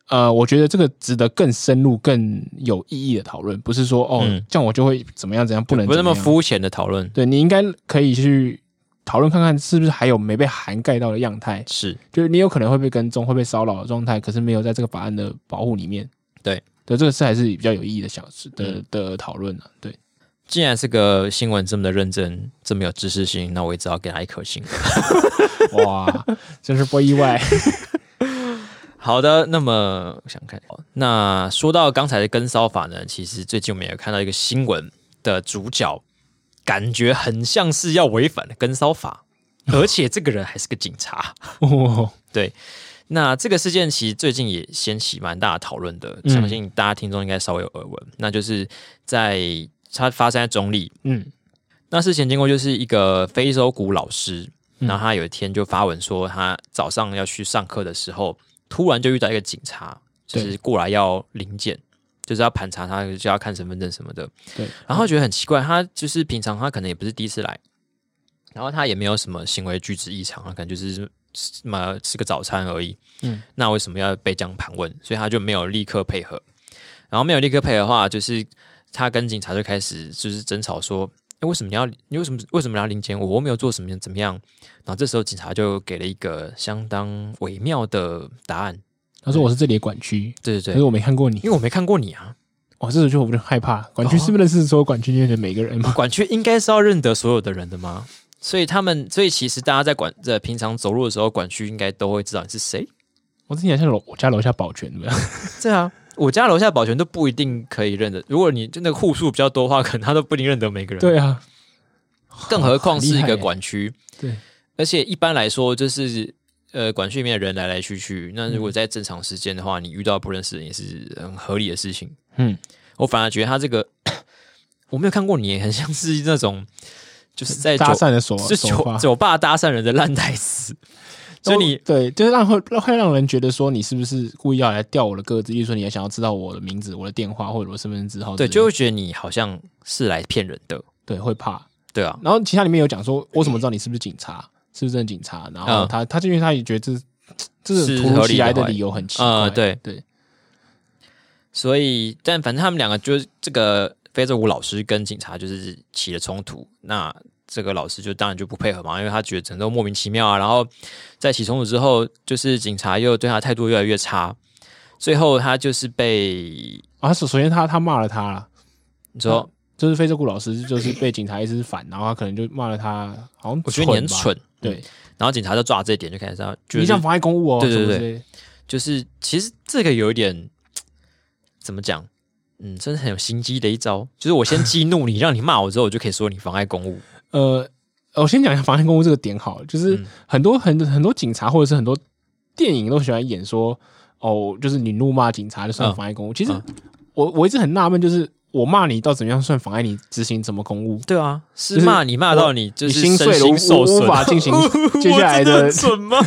呃，我觉得这个值得更深入、更有意义的讨论，不是说哦、
嗯
这样我就会怎么样怎样，不能
不是那么
怎样。
肤浅的讨论，
对你应该可以去讨论看看，是不是还有没被涵盖到的样态。
是
就是你有可能会被跟踪、会被骚扰的状态，可是没有在这个法案的保护里面。
对，
对，这个是还是比较有意义的小事的的讨论啊。对，
既然这个新闻这么的认真，这么有知识性，那我也只好给他一颗星。
哇，真是不意外。
好的，那么我想看，那说到刚才的跟骚法呢，其实最近我们也看到一个新闻的主角，感觉很像是要违反跟骚法，而且这个人还是个警察。
哦，
对，那这个事件其实最近也掀起蛮大的讨论的，
嗯
相信大家听众应该稍微有耳闻，那就是在它发生在中立，
嗯
那事前经过就是一个非洲鼓老师，
嗯
然后他有一天就发文说，他早上要去上课的时候，突然就遇到一个警察，就
对
是过来要临检，就是要盘查他，就要看身份证什么的。
对，
然后觉得很奇怪，他就是平常他可能也不是第一次来，然后他也没有什么行为举止异常，他可能就是吃嘛吃个早餐而已。
嗯，
那为什么要被这样盘问？所以他就没有立刻配合，然后没有立刻配合的话，就是他跟警察就开始就是争吵说。哎，为什么你要？你为什么为什么要临检我？我没有做什么，怎么样？然后这时候警察就给了一个相当微妙的答案。
他说我是这里的管区，
对对
可
对
是，我没看过你
因。为我没看过你啊，
哇，这时候就我就害怕，管区
哦
是不是认识所有管区里面的每个人嘛？
管区应该是要认得所有的人的吗？所以他们，所以其实大家在管在平常走路的时候，管区应该都会知道你是谁。
我之前像楼我家楼下保全的，
对啊，我家楼下保全都不一定可以认得。如果你真的户数比较多的话，可能他都不一定认得每个人。，
对啊，
更何况是一
很厉害
个
耶
管区。
对，
而且一般来说，就是呃，管区里面的人来来去去。那如果在正常时间的话，你遇到不认识的人也是很合理的事情。
嗯，
我反而觉得他这个 我没有看过你，很像是那种就是在
搭
酒
讪的手
是
手
酒
法，
酒吧搭讪人的烂台词，所以你
对，就是让会会让人觉得说你是不是故意要来调我的个子，例如说你还想要知道我的名字、我的电话或者我身份证字号之
对
类的，
就会觉得你好像是来骗人的，
对会怕。
对啊，
然后其他里面有讲说，我怎么知道你是不是警察，是不是真的警察？然后
嗯
他、他就因为他也觉得这这
是
是突
合
如
理
其
的
来的
怀疑
理由很奇怪，
呃对
对，
所以但反正他们两个就是这个非洲舞老师跟警察就是起了冲突，那这个老师就当然就不配合嘛，因为他觉得整个都莫名其妙啊。然后在起冲突之后，就是警察又对他态度越来越差，最后他就是被
啊，他首首先他他骂了他啦，
你说，
就是非洲鼓老师就是被警察一直反，然后他可能就骂了他，好像
我觉得你很
吧，
蠢，
对，
然后警察就抓这一点，就开始要就
你这样
是
妨碍公务哦，
对对
什么
对
之类的，
就是其实这个有一点怎么讲？嗯，真的很有心机的一招，就是我先激怒你，让你骂我之后，我就可以说你妨碍公务。
呃，我先讲一下妨碍公务这个点好了，就是
嗯
很多很很多警察或者是很多电影都喜欢演说，哦，就是你怒骂警察就算
嗯
妨碍公务。其实
嗯
我我一直很纳闷，就是我骂你到怎么样算妨碍你执行什么公务？
对啊，是
就是
骂你骂到你就
你
是
心碎了，
身
无
心受
无
损，
无法进行接
我
下来
真的
的
很。蠢 吗？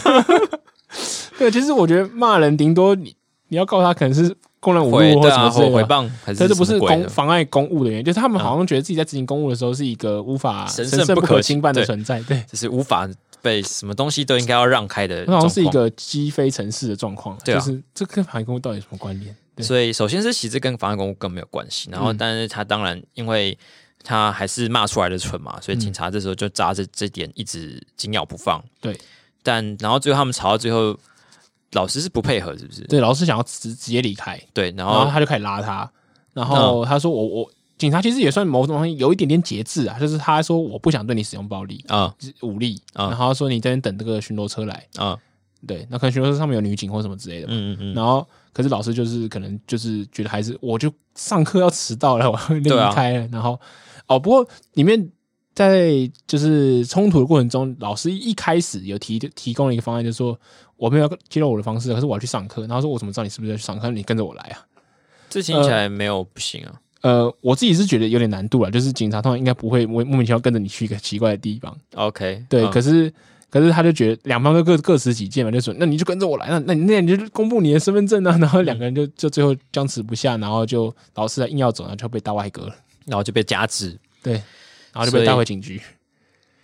对，其实我觉得骂人顶多你你要告他可能是公然侮
回
辱或
对
什么
啊，
之类
或
的
回
吧。
谤还是
但这不
什
是
么鬼
公
的
妨碍公务的原因，就是他们
嗯
好像觉得自己在执行公务的时候是一个无法
神
神
圣
圣
不
不
可
可
侵
侵犯的
对
存在。对，
就是无法被什么东西都应该要让开的
那好像是一
状况。
个鸡飞城市的状况，
对啊
就是这跟航空到底有什么关联？对，
所以首先是其实跟妨碍公务更没有关系，然后
嗯
但是他当然因为他还是骂出来的蠢嘛，
嗯
所以警察这时候就扎着这点一直紧咬不放。
对，
但然后最后他们吵到最后，老师是不配合，是不是？
对，老师想要直直接离开，
对，然
然后
后嗯
他就开始拉他，然后他说我我警察其实也算某种东西有一点点节制啊，就是他说我不想对你使用暴力
啊
武力，
啊
然后他说你这边等这个巡逻车来，
啊
对，那可能巡逻车上面有女警或什么之类的，
嗯嗯嗯，
然后啊可是老师就是可能就是觉得还是我就上课要迟到了，我要离
对啊
开了。然后哦，不过里面在就是冲突的过程中，老师一开始有提提供了一个方案，就是说我没有要揭露我的方式，可是我要去上课。然后说我怎么知道你是不是要去上课？你跟着我来啊。
这听起来没有不行啊。
呃，我自己是觉得有点难度了，就是警察通常应该不会莫莫名其妙跟着你去一个奇怪的地方。
OK，
对，
嗯
可是可是他就觉得两方都各各持己见嘛，就说那你就跟着我来，那那你那你就公布你的身份证啊， 然后两个人就就最后僵持不下，然后就老师还硬要走，然后就被大外哥了，
然后就被加制，
对，然后就
所以
被带回警局，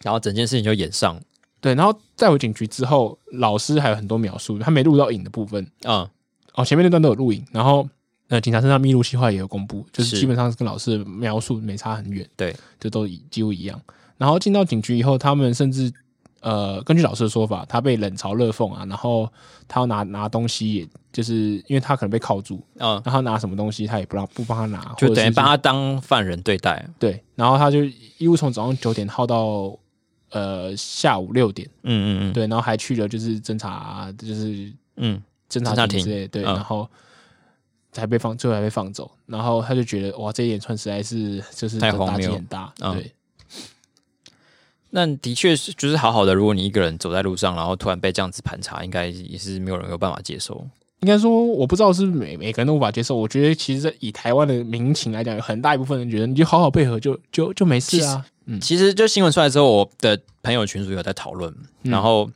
然后整件事情就演上了。
对，然后带回警局之后，老师还有很多描述，他没录到影的部分
嗯，
哦，前面那段都有录影，然后。呃，警察身上密录计划也有公布，就是
是
基本上是跟老师的描述没差很远，
对，
就都一几乎一样。然后进到警局以后，他们甚至呃，根据老师的说法，他被冷嘲热讽啊，然后他要拿拿东西，也就是因为他可能被铐住，
嗯，
然后他拿什么东西他也不让不帮他拿，
就等于把
帮
他当犯人对待。
对，然后他就一路从早上九点耗到呃下午六点，
嗯嗯嗯，
对，然后还去了就是侦查，就是
嗯，
侦
侦查
查
庭
庭之类的，对，
嗯
然后。才被放，最后还被放走，然后他就觉得哇，这一连串实在是就是
太荒
打击
谬
很大，
嗯
对，
那的确是，就是好好的。如果你一个人走在路上，然后突然被这样子盘查，应该也是没有人有办法接受。
应该说，我不知道是不是每每个人都无法接受。我觉得其实以台湾的民情来讲，有很大一部分人觉得你就好好配合就就就没事啊。嗯
其实就新闻出来之后，我的朋友群组有在讨论，
嗯
然后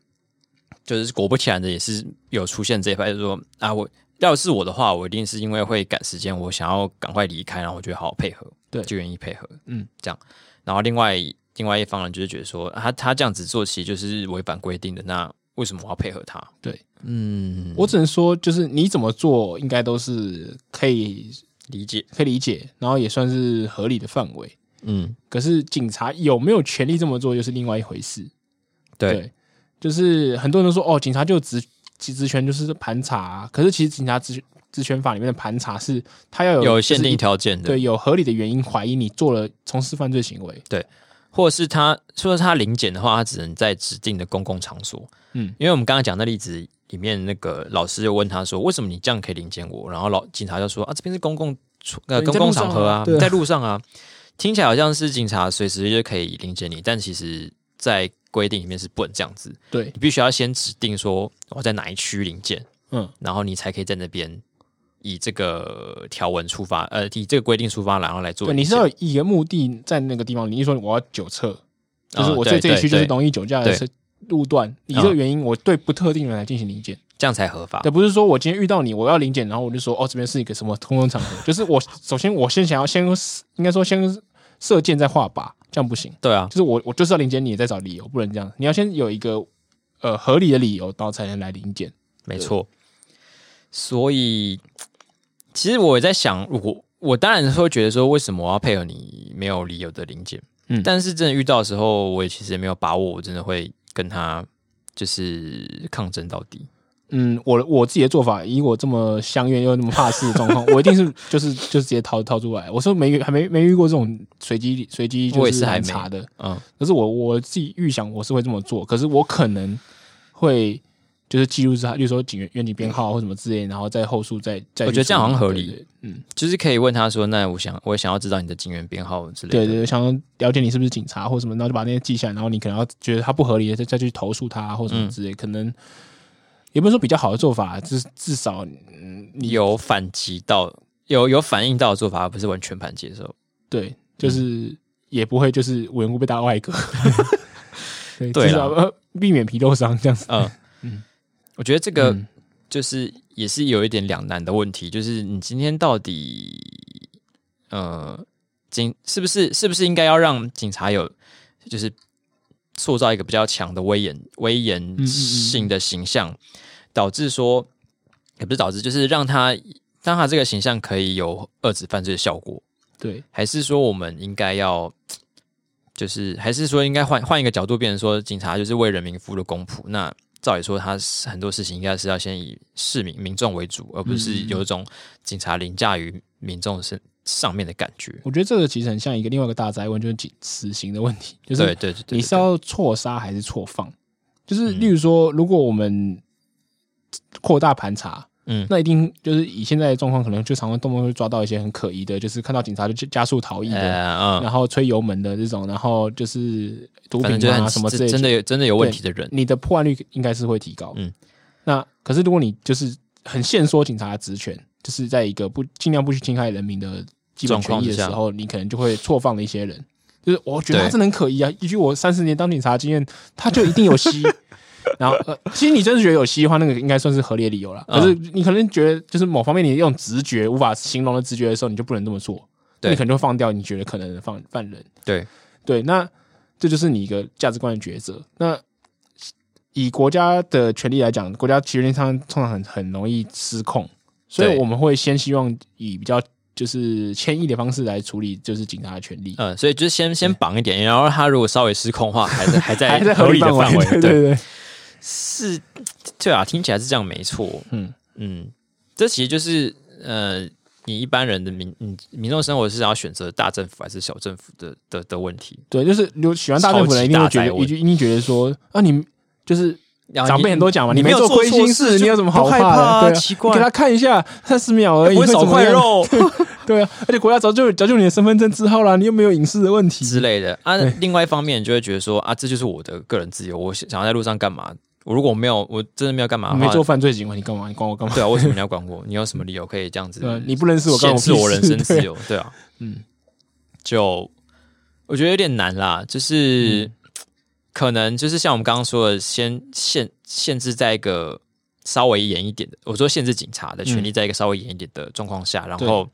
就是果不其然的，也是有出现这一派，就是说啊，我要是我的话，我一定是因为会赶时间，我想要赶快离开，然后我觉得好好配合，
对
就愿意配合，
嗯，
这样。然后另外另外一方人就是觉得说，啊他他这样子做其实就是违反规定的，那为什么我要配合他？
对，
嗯，
我只能说，就是你怎么做，应该都是可以
理解，
可以理解，然后也算是合理的范围。
嗯，
可是警察有没有权利这么做，又是另外一回事。
对，
就是很多人都说哦，警察就职职职权就是盘查啊、可是其实警察职职权法里面的盘查是他要有
有限定
条，
条件的，
对，有合理的原因怀疑你做了从事犯罪行为。
或是他说是他临检的话，他只能在指定的公共场所。
嗯，
因为我们刚刚讲的例子里面，那个老师就问他说：“为什么你这样可以临检我？”然后老警察就说：“啊，这边是公共处呃
对你
公
在
共
路上
场合
啊
啊，
对啊
在路上啊。”听起来好像是警察随时就可以临检你，但其实，在规定里面是不能这样子，
对，
你必须要先指定说我在哪一区临检，
嗯。
然后你才可以在那边以这个条文出发，呃，以这个规定出发，然后来做
对，
临
你
检。
是要有一个目的在那个地方，你一说我要酒测，就是
嗯
我
对
这这一
对
区就是
对
容易酒驾的
对嗯
是路段，以这个原因，我对不特定人来进行临检，
这样才合法
对，。不是说我今天遇到你，我要临检，然后我就说哦，这边是一个什么公共场合，就是我首先我先想要先应该说先射箭再画靶，这样不行，
对啊
就，是我我就是要临检你，再找理由，不能这样，你要先有一个呃合理的理由，然后才能来临检。
没错。所以，其实我也在想，我我当然会觉得说，为什么我要配合你没有理由的临检？
嗯
但是真的遇到的时候，我也其实也没有把握，我真的会跟他就是抗争到底。
嗯，我我自己的做法，以我这么相怨又那么怕事的状 况，我一定是就是就直接掏掏出来。我说没遇还没没遇过这种随机随机
我
就
也是还
很
没
查的，
嗯，
可是我我自己预想我是会这么做，可是我可能会就是记录他，例如说警员远景编号啊或什么之类，然后在后述再再去
我觉得这样好
处理
像合
对
理
对嗯，
就是可以问他说：“那我想，我想要知道你的警员编号之类的。”
对对对，想要了解你是不是警察或什么，然后就把那些记下来，然后你可能要觉得他不合理的再再去投诉他或什么之类，可能也不是说比较好的做法，就是至少嗯你
有反击到，有有反应到的做法，而不是完全盘接受。
对，就是也不会就是无缘无故被打 外壳。对，
对
至少
啦
呃避免皮肉伤这样子。
嗯我觉得这个
嗯
就是也是有一点两难的问题，就是你今天到底，呃，警是不是是不是应该要让警察有，就是塑造一个比较强的威严威严
嗯
性的形象，导致说也不是导致，就是让他让他这个形象可以有遏制犯罪的效果。
对，
还是说我们应该要，就是还是说应该换换一个角度，变成说警察就是为人民服务的公仆？那照理说，他是很多事情应该是要先以市民民众为主，而不是有一种警察凌驾于民众身上面的感觉。
我觉得这个其实很像一个另外一个大灾问，就是警死刑的问题，就
对对
是
对对对，
你是要错杀还是错放？就是
嗯
例如说，如果我们扩大盘查，
嗯
那一定就是以现在的状况，可能就常常动不动会抓到一些很可疑的，就是看到警察就加速逃逸的，
呃嗯，
然后吹油门的这种，然后就是毒
反正
品
就是
啊
很
什么之类
真真的有真的有问题的人，
你的破案率应该是会提高。
嗯，
那可是如果你就是很限缩警察的职权，就是在一个不尽量不去侵害人民的基本权益的时
状
候，你可能就会错放了一些人。就是我觉得他
对
真的很可疑啊！依据我三十年当警察经验，他就一定有吸。 然后，呃，其实你真的觉得有吸的话，那个应该算是合理的理由了。可
嗯
是你可能觉得，就是某方面你用直觉无法形容的直觉的时候，你就不能这么做，
对
你可能就会放掉你觉得可能的犯犯人。
对，
对，那这就是你一个价值观的抉择。那以国家的权利来讲，国家其实上通常很很容易失控，所以
对
我们会先希望以比较就是谦抑的方式来处理，就是警察的权利，
嗯，所以就是先先绑一点，然后他如果稍微失控的话，还在还在
还在
合理的
范
范围，
对对对，
是，对啊，听起来是这样没错。
嗯
嗯，这其实就是呃，你一般人的民你民众生活是要选择大政府还是小政府的的的问题。
对，就是有喜欢大政府的人一定会
超
觉
级大
得，
宅问
一定一定觉得说啊，你 就是
然后
长辈
啊你
很多讲嘛，
你
没
有
做亏
错
心
事就
你有什么
不
好
害怕
的？
啊
对啊，
奇
你
怪
给，他看一下三十秒而已，
哎不会
会
少
怎么
块
样，
肉
对啊，而且国家早就早就有你的身份证字号啦，你又没有隐私的问题，
之类的啊。另外一方面，你就会觉得说啊，这就是我的个人自由，我想想要在路上干嘛？我如果我没有，我真的没有干嘛
你
的
没
话，
做犯罪行为，你干嘛？你管我干嘛？
对啊，为什么你要管我？你有什么理由可以这样子？
对吧，你不认识我，干
限制
我屁
我
事
人生自。
对
由，对啊，
嗯，
就我觉得有点难啦，就是、
嗯
可能就是像我们刚刚说的，先限限制在一个稍微严一点的，我说限制警察的权
嗯
利在一个稍微严一点的状况下，然后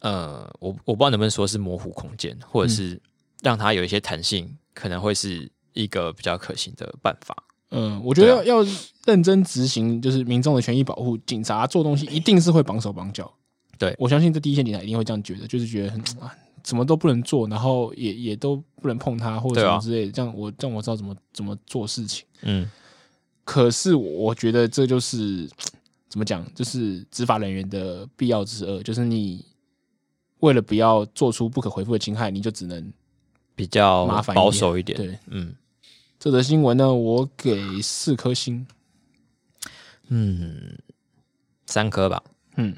呃，我我不知道能不能说是模糊空间，或者
嗯
是让它有一些弹性，可能会是一个比较可行的办法。
嗯，我觉得
啊
要要认真执行，就是民众的权益保护。警察做东西一定是会绑手绑脚。
对
我相信这第一线警察一定会这样觉得，就是觉得很啊，什么都不能做，然后也也都不能碰他或者
对
什
啊
么之类的。这样我这样我知道怎么怎么做事情。
嗯，
可是我觉得这就是怎么讲，就是执法人员的必要之恶，就是你为了不要做出不可回复的侵害，你就只能
比较
麻烦一点
哦保守一点，
对。
嗯
这则新闻呢，我给四颗星。
嗯，三颗吧。
嗯，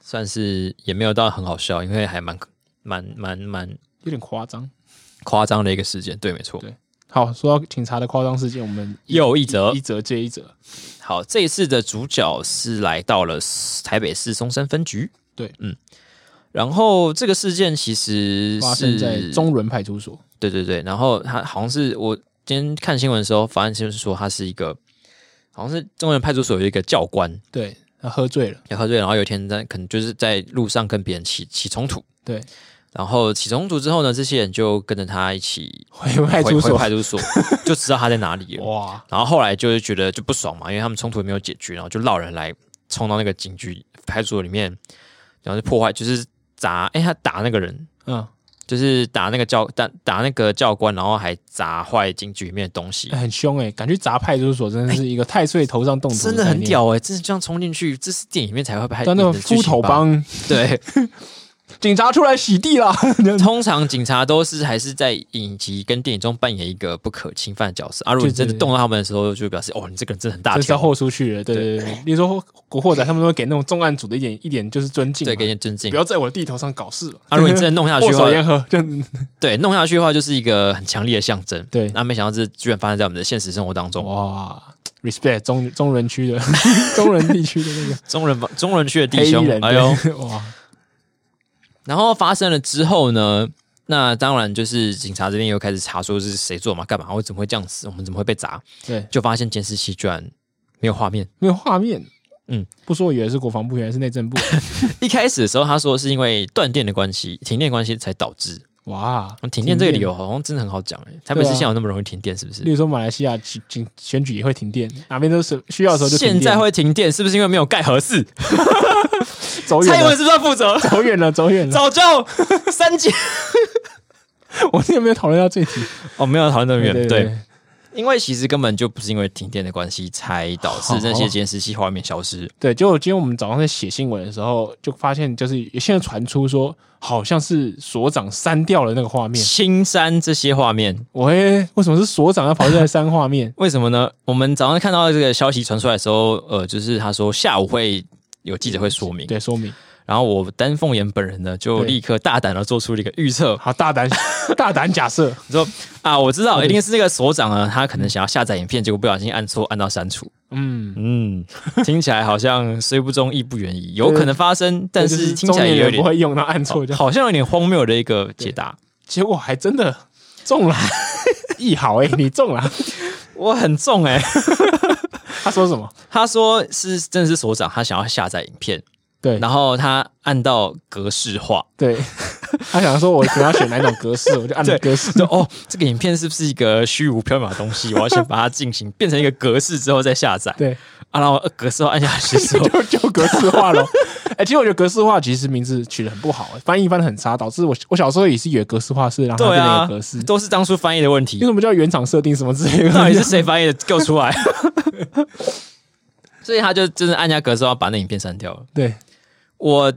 算是也没有到很好笑，因为还蛮蛮蛮蛮
有点夸张。
夸张的一个事件。对，没错
对。好，说到警察的夸张事件，我们一
又一则
一则接一则。
好，这一次的主角是来到了台北市松山分局。
对，
嗯。然后这个事件其实
发生
是
在中仑派出所。
对对对，然后他好像是我今天看新闻的时候，法案新闻是说他是一个好像是中原派出所有一个教官
对，他喝醉了。
也喝醉，然后有一天在可能就是在路上跟别人起起冲突，
对，
然后起冲突之后呢，这些人就跟着他一起
回派 出
回回
所。哦
派出所，就知道他在哪里 了。
哇，
然后后来就是觉得就不爽嘛，因为他们冲突也没有解决，然后就绕人来冲到那个警局派出所里面，然后就破坏，就是砸，哎，他打那个人，
嗯，
就是打那个教打打那个教官，然后还砸坏警局里面的东西
哎，很凶哎、感觉砸派出所真的是一个太岁头上动土、
真的很。屌哎、真是这样冲进去，这是电影里面才会拍
但那
演
种
的剧
秃
情
头
吧？
帮
对，
警察出来洗 地啦，
通常警察都是还是在影集跟电影中扮演一个不可侵犯的角色啊。如果你真的
对对对
动到他们的时候，就表示哦，你这个人真的很大
这是要
条，
豁出去了。对对对，例如说古惑仔，他们都会给那种重案组的一点一点就是尊敬嘛，
对，给人尊敬
不。要在我的地头上搞事了。
啊，如果你真的弄下去
握
的话
手，言和，这样子
对，弄下去的话就是一个很强烈的象征。
对
那没想到这居然发生在我们的现实生活当中。
哇，respect 中中 人区的中人地区的那个
中人中人区的 弟
黑衣
兄
人，，
哎呦，
对哇，
然后发生了之后呢，那当然就是警察这边又开始查说是谁做嘛，干嘛，我怎么会这样子，我们怎么会被砸？
对，
就发现监视器居然没有画面。
没有画面。
嗯，
不说我以为是国防部，原来是内 政部。
一开始的时候，他说是因为断电的关系、停电关系才导致。
哇，
哦停电这个理由好像真的很好讲哎、台北市
对啊
现在有那么容易停电是不是
例？如说马来西亚举举选举也会停电，哪边都是需要的时候就停
现
电。
在会停电是不是因为没有盖合适？
走
蔡
远
英文
了，
是不是要负责？
走远了，走远了。
早就三姐
我们有没有讨论到这题？
哦，没有讨论那么远，
对
对，，因为其实根本就不是因为停电的关系才导致那
好
些监视器画面消失，
对，就今天我们早上在写新闻的时候，就发现就是有现在传出说，好像是所长删掉了那个画面。
清删这些画面。？
我会为什么是所长要跑出来删画面
为什么呢？我们早上看到这个消息传出来的时候，呃，就是他说下午会有记者会说明，
对，说明
然后我丹凤眼本人呢就
对
立刻大胆的做出了一个预测，
好大 胆大胆假设，
你说啊，我知
嗯
道一定是那个所长呢，他可能想要下载影片，结果不小心按错，按到删除。
嗯，
嗯，听起来好像虽不忠亦不远矣，有可能发生，但
就是是
听起来
中
也
年
有
人不
点
会用，然后按错这样，
好像有点荒谬的一个解答。
结果还真的 中了，一好哎、你中了。
我很重哎、
他说什么？
他说是真的是所长，他想要下载影片，
对
然后他按到格式化，
对，他想说我可能要选哪一种 格式，我就按
对
格式。
就哦，这个影片是不是一个虚无缥缈的东 西？我要先把它进行变成一个格式之后再下载。
对，啊
啊，然后格式化按下去之后，
就就格式化 了。哎、其实我觉得格式化其实名字取得很不好、欸翻译翻的很差，导致我我小时候也是以为格式化是让它
对
变成一
啊
个格式，，
都是当初翻译的问题
为。什么叫原厂设定什么之类 的？
到底是谁翻译的？给我出 来！所以他就真的按下格式化，把那影片删掉了。
对，
我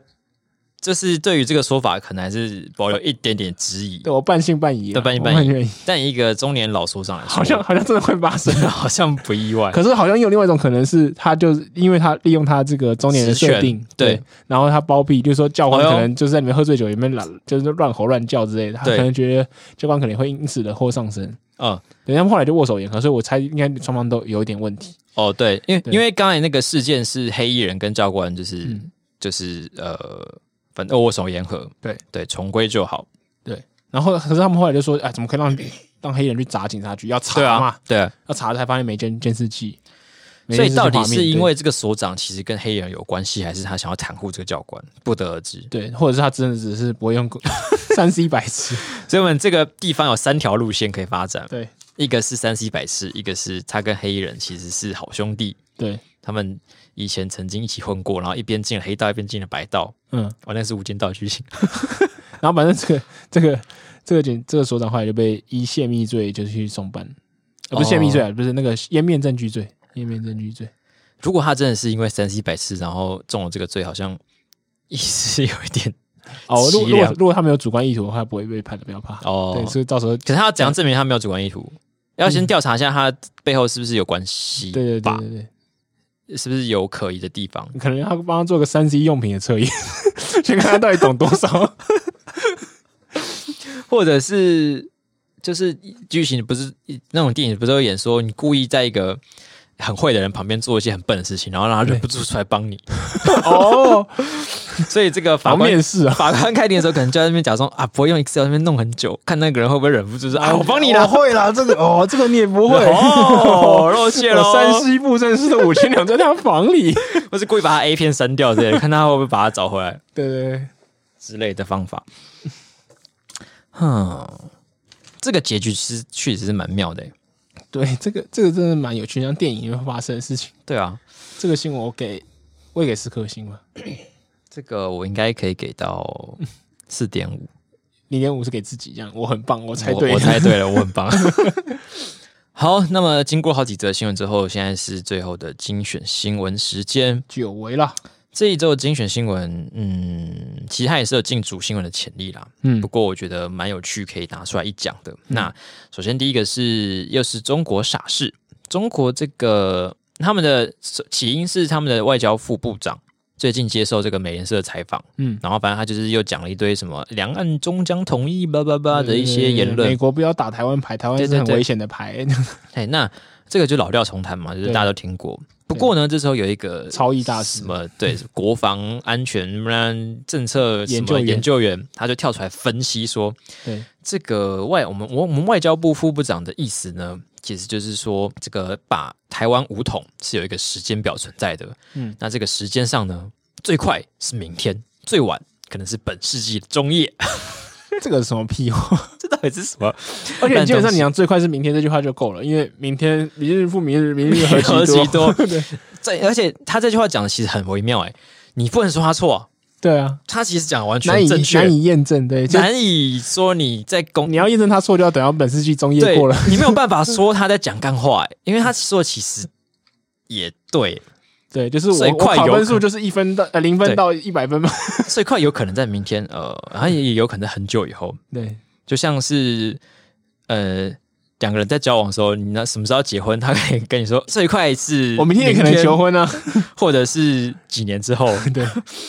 就是对于这个说法，可能还是保有一点点质疑。
对我半信半疑啊，
对半信
我
半疑
半疑，
但以一个中年老首长来说，
好像好像真的会发生。啊
好像不意外。
可是好像有另外一种可能是，他就是因为他利用他这个中年人
职权
设定，
对
对，然后他包庇，就是说教官
哎呦
可能就是在里面喝醉酒，里面乱就是乱吼乱叫之类的，他
对
可能觉得教官可能会因此惹祸上身。
嗯，
对，他们后来就握手言和，所以我猜应该双方都有一点问题。
哦，对，因为
对
因为刚才那个事件是黑衣人跟教官，就是、
嗯
就是呃，反正握手言和，
对
对，重归就好。
然后可是他们后来就说，哎，怎么可以让让黑人去砸警察局？要查
对
嘛，
啊，对啊。
要查才发现没监监视器。没
所以
监视
到底
画面
是因
对
为这个所长其实跟黑衣人有关系，还是他想要袒护这个教官？不得而知。
对，或者是他真的只是不会用 三 C 白痴？
所以我们这个地方有三条路线可以发展，
对
一个是三 C 百事，一个是他跟黑衣人其实是好兄弟，
对，
他们以前曾经一起混过，然后一边进了黑道，一边进了白道。
嗯。
哦，那是无间道剧情。
然后反正这个这个这个警这个所长后来就被依泄密罪就是去送办，呃，不是泄密罪啊，不是那个湮灭证据罪，湮灭证据罪。
如果他真的是因为三 C 百事，然后中了这个罪，好像意思有一点
哦，
凄
如果如果
凉
如果他没有主观意图的话，不会被判的，不要怕。
哦
对，。所以到时候
可是他要怎样证明他没有主观意
嗯
图？要先调查一下他背后是不是有关系，
对对对
吧？
对对，
是不是有可疑的地方？
可能他帮他做个三 C 用品的测验， 先看他到底懂多少。
或者是就是剧情不是那种电影不是会演说你故意在一个很会的人旁边做一些很笨的事情，然后让他忍不住出来帮 你，
哦，
所以这个法
好
官
面。试啊，
法官开庭的时候，可能就在那边假装啊，不会用 Excel 在那边弄很久，看那个人会不会忍不住说啊，我帮你
我
了。
会啦，这个哦，这个你也不会。
哦，露馅了，
我三十一步正式的五千 两在他房里。
我是故意把他 A 片删掉之类的，看他会不会把他找回来
对对对，
之类的方 法。哼，这个结局其实确实是蛮妙的欸。
对，这个这个真的蛮有趣，像电影里面会发生的事情。
对啊，
这个新闻我给我也给四颗星吧，
这个我应该可以给到四点五，
零点五是给自己，这样我很棒， 我猜
我
对了，
我猜对了，我很棒。 好，那么经过好几则新闻之后，现在是最后的精选新闻时间。
久违了，
这一周的精选新闻，嗯，其实它也是有进主新闻的潜力啦。
嗯
不过我觉得蛮有趣，可以拿出来一讲的。那首先第一个是，又是中国傻事。中国这个他们的起因是他们的外交副部长最近接受这个美联社的采访，
嗯，
然后反正他就是又讲了一堆什么两岸终将统一叭叭叭的一些言
对对对
论
美。国不要打台湾牌，台湾
对
是
对
很
对
危险的牌，
哎，那这个就老调重弹嘛，就是
对
大家都听过。不过呢，这时候有一个
超译大师
什么对国防安全嗯政策什
研
么
究员
研究员，他就跳出来分析说，
对，
这个外我们我我们外交部副部长的意思呢，其实就是说，这个把台湾武统是有一个时间表存在的。
嗯，
那这个时间上呢，最快是明天，最晚可能是本世纪的中叶。
这个是什么屁话？
这到底是什么？
而且基本
烂东
上
西啊
你讲最快是明天这句话就够了，因为明天明日复明日，明 日 何
何
其
其
多。
多？这而且他这句话讲的其实很微妙哎、你不能说他错、啊，
对啊，
他其实讲得完
难
全
以
正确，
难以验证，对，就
难以说你在攻
你要验证他错，就要等到本世纪中叶
对
过了。，
你没有办法说他在讲干话、欸，因为他说的其实也对，
对，就是
所
我
以
我
快
考
有
分
可
数就是一分到呃零分
对
到一百分嘛。
最快有可能在明天，呃，然后也也有可能在很久以后，
对，
就像是呃两个人在交往的时候，你那什么时候要结婚，他可以跟你说最快是
我明天也可能求，婚啊。
或者是几年之 后，
对，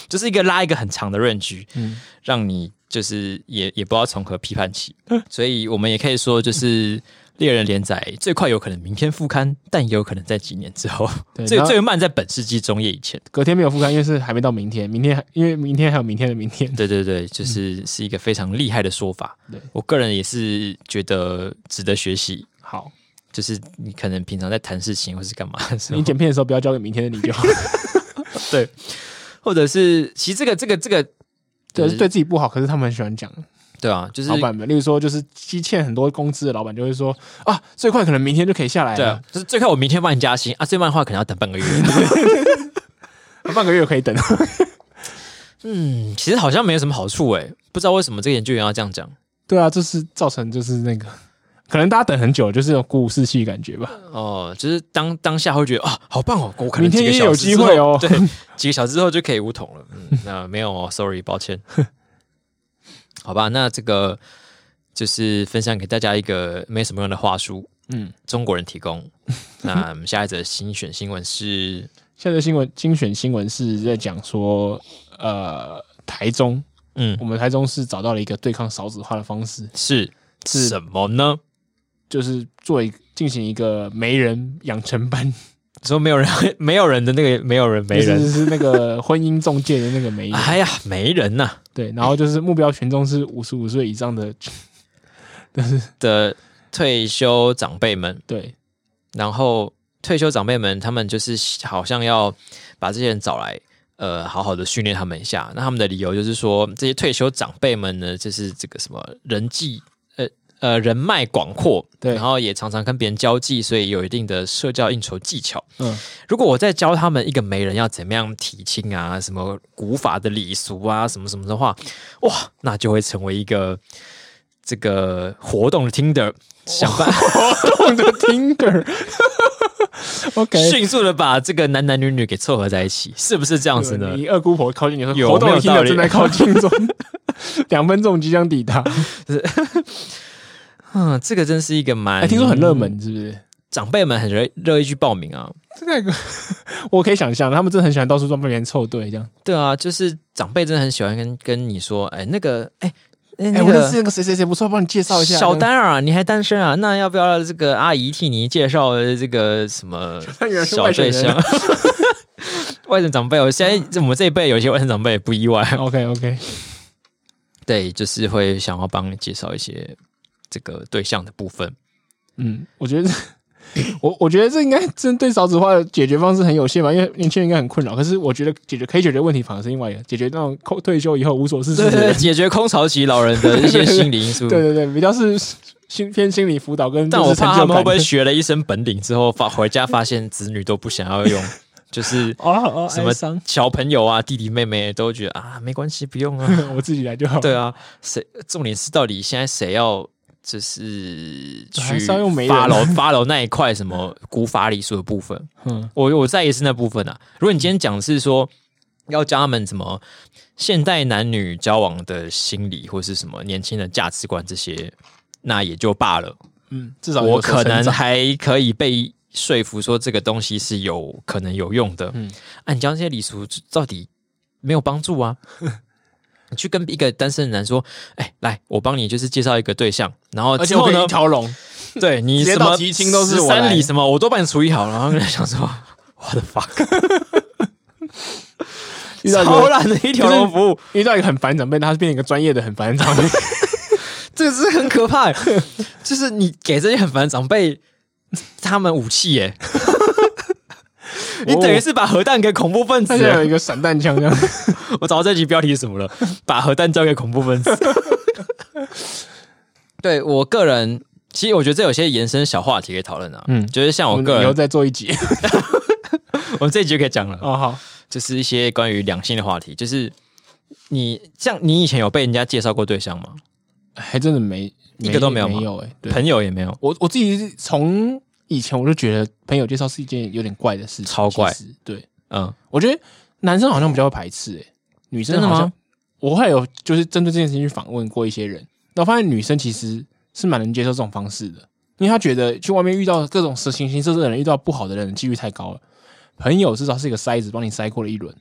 就是一个拉一个很长的 range，
嗯，
让你就是也也不知道从何批判起，
嗯
所以我们也可以说，就是《猎人》连载最快有可能明天复刊，但也有可能在几年之后，
对
最
然后
最慢在本世纪中叶以前。
隔天没有复刊，因为是还没到明天，明天还因为明天还有明天的明天。
对对对，就是是一个非常厉害的说法
嗯对。
我个人也是觉得值得学习。
好，
就是你可能平常在谈事情或是干嘛的时候
你，剪片的时候不要交给明天的你 就好，
对，或者是其实这个这个这个，
对，
就是
对自己不好，可是他们很喜欢讲。
对啊，就是
老板们，例如说就是积欠很多工资的老板就会说啊，最快可能明天就可以下来
对啊
了，，
就是最快我明天帮你加薪啊，最慢的话可能要等半 个月。
啊半个月可以等。
嗯，其实好像没有什么好处诶，不知道为什么这个研究员要这样讲。
对啊，这是造成就是那个，可能大家等很久，就是有鼓舞士气的感觉吧。
哦，就是当当下会觉得啊，好棒哦，我可能
明天
几个
也
小
有
时
机
之
会
后
哦
对， 几个小时之后就可以无桶了。 嗯，那没有哦，sorry，抱歉。 好吧，那这个就是分享给大家一个没什么用的话术，
嗯，
中国人提 供。那我们下一则新选新闻是，
现在新闻精选新闻是在讲说，呃，台中，
嗯
我，们台中市找到了一个对抗少子化的方式，
是
是
什么呢？
就是做一进行一个媒人养成班，
说没有人， 没有人的那个，没有人，没
就是
人。
是那个婚姻中介的那个媒人，
哎呀，没人呐、
对，然后就是目标群众是五十五岁以上的，
的退休长辈们，
对
然后退休长辈们，他们就是好像要把这些人找来，呃，好好的训练他们一下。那他们的理由就是说，这些退休长辈们呢，就是这个什么人际，呃呃，人脉广阔，
对
然后也常常跟别人交际，所以有一定的社交应酬技巧。
嗯，
如果我再教他们一个媒人要怎么样提亲啊，什么古法的礼俗啊，什么什么的话，哇，那就会成为一个这个活动的 Tinder，想办
我的 Tinder，OK，、OK
迅速的把这个男男女女给凑合在一起，是不是这样子呢？
你二姑婆靠近你说，
有
活动
没有
听
道
的
理
正在靠近中， 两分钟即将抵
哎
达。
嗯，这个真是一个蛮……
哎，听说很热，门，是不是？
长辈们很热热意去报名啊。
这个我可以想象，他们真的很喜欢到处帮别人凑对这样。
对啊，就是长辈真的很喜欢跟跟你说，哎，那个，哎，哎，
哎，
那
我认
个。
识那个谁谁谁，不错，帮你介绍一下。
小丹儿啊，你还单身啊？那要不要这个阿姨替你介绍这个什么
丹原来是
小
外省
对
人
象？ 外省长辈，我现在我们这一辈有些外省长辈也不意外 哦。
OK OK，
对，就是会想要帮你介绍一些这个对象的部分。
嗯，我觉得这 我我觉得这应该针对少子化的解决方式很有限吧，因为年轻人应该很困扰。可是我觉得解决可以解决问题，反而是另外一个解决那种扣退休以后无所事事
对
的
对，
人。
解决空巢期老人的一些心理因素。
对对对，比较是心偏心理辅导跟
嗯但
就
我
是成
怕
就
他们会
感
不会学了一身本领之后，发回家发现子女都不想要用就是
哦哦，
什么
哀伤，
小朋友啊、弟弟妹妹都觉得啊，没关系，不用啊。
我自己来就好。
对啊，谁重点是到底现在谁要就是
还
去
是要用媒人
发楼发楼那一块什 么古法礼数的部分？
嗯，
我我在意是那部分啊。如果你今天讲的是说要教他们什么现代男女交往的心理，或是什么年轻人价值观这些，那也就罢了。
嗯，至少
我
有所
可
成
能
长
还可以被说服说这个东西是有可能有用的。嗯
嗯，
啊，你教这些礼俗到底没有帮助啊？ 你去跟一个单身的男说：“哎、来，我帮你就是介绍一个对象，然后
而且
之
我
后
可以
呢
一，条龙，
对你
直接
什
到
么
提亲都是我
三
来
礼什么，我都帮你处理好了。”然后跟他想说 ：“What the fuck！”
遇到一
超
个
烂的一条龙服务，
遇到一个很烦长辈，他变成一个专业的很烦长辈，
这个是很可怕欸。 就是你给这些很烦的长辈他们武器 耶、你等于是把核弹给恐怖分子、
他
欸，
现在有一个散 弹枪这样。
我找到这集标题是什 么了？把核弹交给恐怖分子。 对我个人，其实我觉得这有些延伸小话题可以讨论啊。嗯，
嗯
就是像
我
我
们
个
以后
人，
再做一 集。
我们这一集就可以讲了，
哦，好，
就是一些关于两性的话题。就是你像你以前有被人家介绍过对象吗？
还真的没
一个都没有吗
没有哎。对，
朋友也没有，
我我自己是从以前我就觉得朋友介绍是一件有点怪的事情，
超怪
其实。对，
嗯，
我觉得男生好像比较会排斥哎，女生
真的
好
吗
像我还有就是针对这件事情去访问过一些人，然后发现女生其实是蛮能接受这种方式的，因为她觉得去外面遇到各种形形色色的人，遇到不好的人几率太高了。朋友至少是一个筛子，帮你筛过了一轮。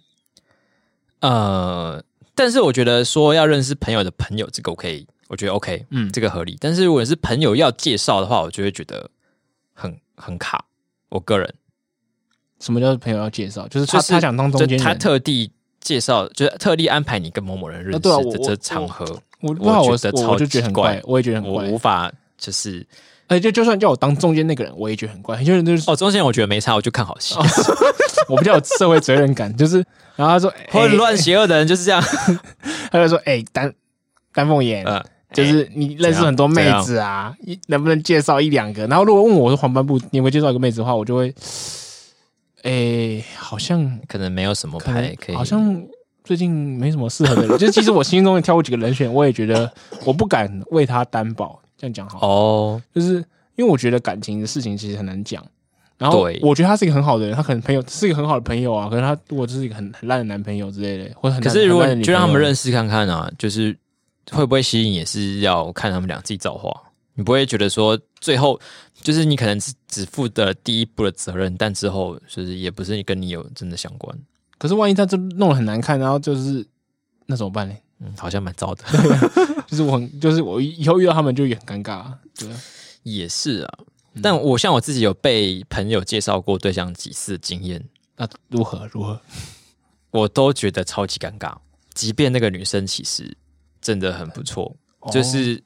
呃，但是我觉得说要认识朋友的朋友，这个我可以，我觉得 OK，嗯，
嗯
这个合理。但是如果是朋友要介绍的话，我就会觉得很很卡。我个人
什么叫朋友要介绍？就是他、
就是
他想当中
就
间人，
他特地介绍，就是特地安排你跟某某人认识
啊对啊
的
我
这场合，
我不知道我
我觉得
我我
超
就觉得
级
很
怪
怪，我也觉得很
我
怪
无。法就是
而哎且就算叫我当中间那个人，我也觉得很怪。 很多人就是、
哦，中间我觉得没差，我就看好戏。
哦 我比较有社会责任感，就是然 后他说
混，乱
欸
邪恶的人就是这样，
他就说哎、欸丹丹凤 眼。
呃，
就是你认识很多妹子啊，你能不能介绍一两个？然后如果问我是黄斑部，你有没有介绍一个妹子的话，我就会，诶、好像
可能没有什么
可能
牌可以，
好像最近没什么适合的人。就是其实我心中挑过几个人选，我也觉得 我不敢为他担保。这样讲好了，
哦，
就是因为我觉得感情的事情其实很难讲。然后
对
我觉得他是一个很好的人，他可能朋友是一个很好的朋友啊，可是他如果是一个很很烂的男朋友之类的，或者很
可
烂
是如果
很烂的
你
女
就让他
朋
们
友
认识看看啊，就是会不会吸引也是要看他们俩自己造化。你不会觉得说最后就是你可能只只负的第一步的责任，但之后就是也不是跟你有真的相关。
可是万一他真弄得很难看，然后就是那怎么办呢？
嗯，好像蛮糟的。
就是我很，就是我以以后遇到他们就也很尴尬、啊对，
也是啊，
嗯
但我像我自己有被朋友介绍过对象几次的经验，
那如何如何？
我都觉得超级尴尬。即便那个女生其实真的很不错，
哦
就是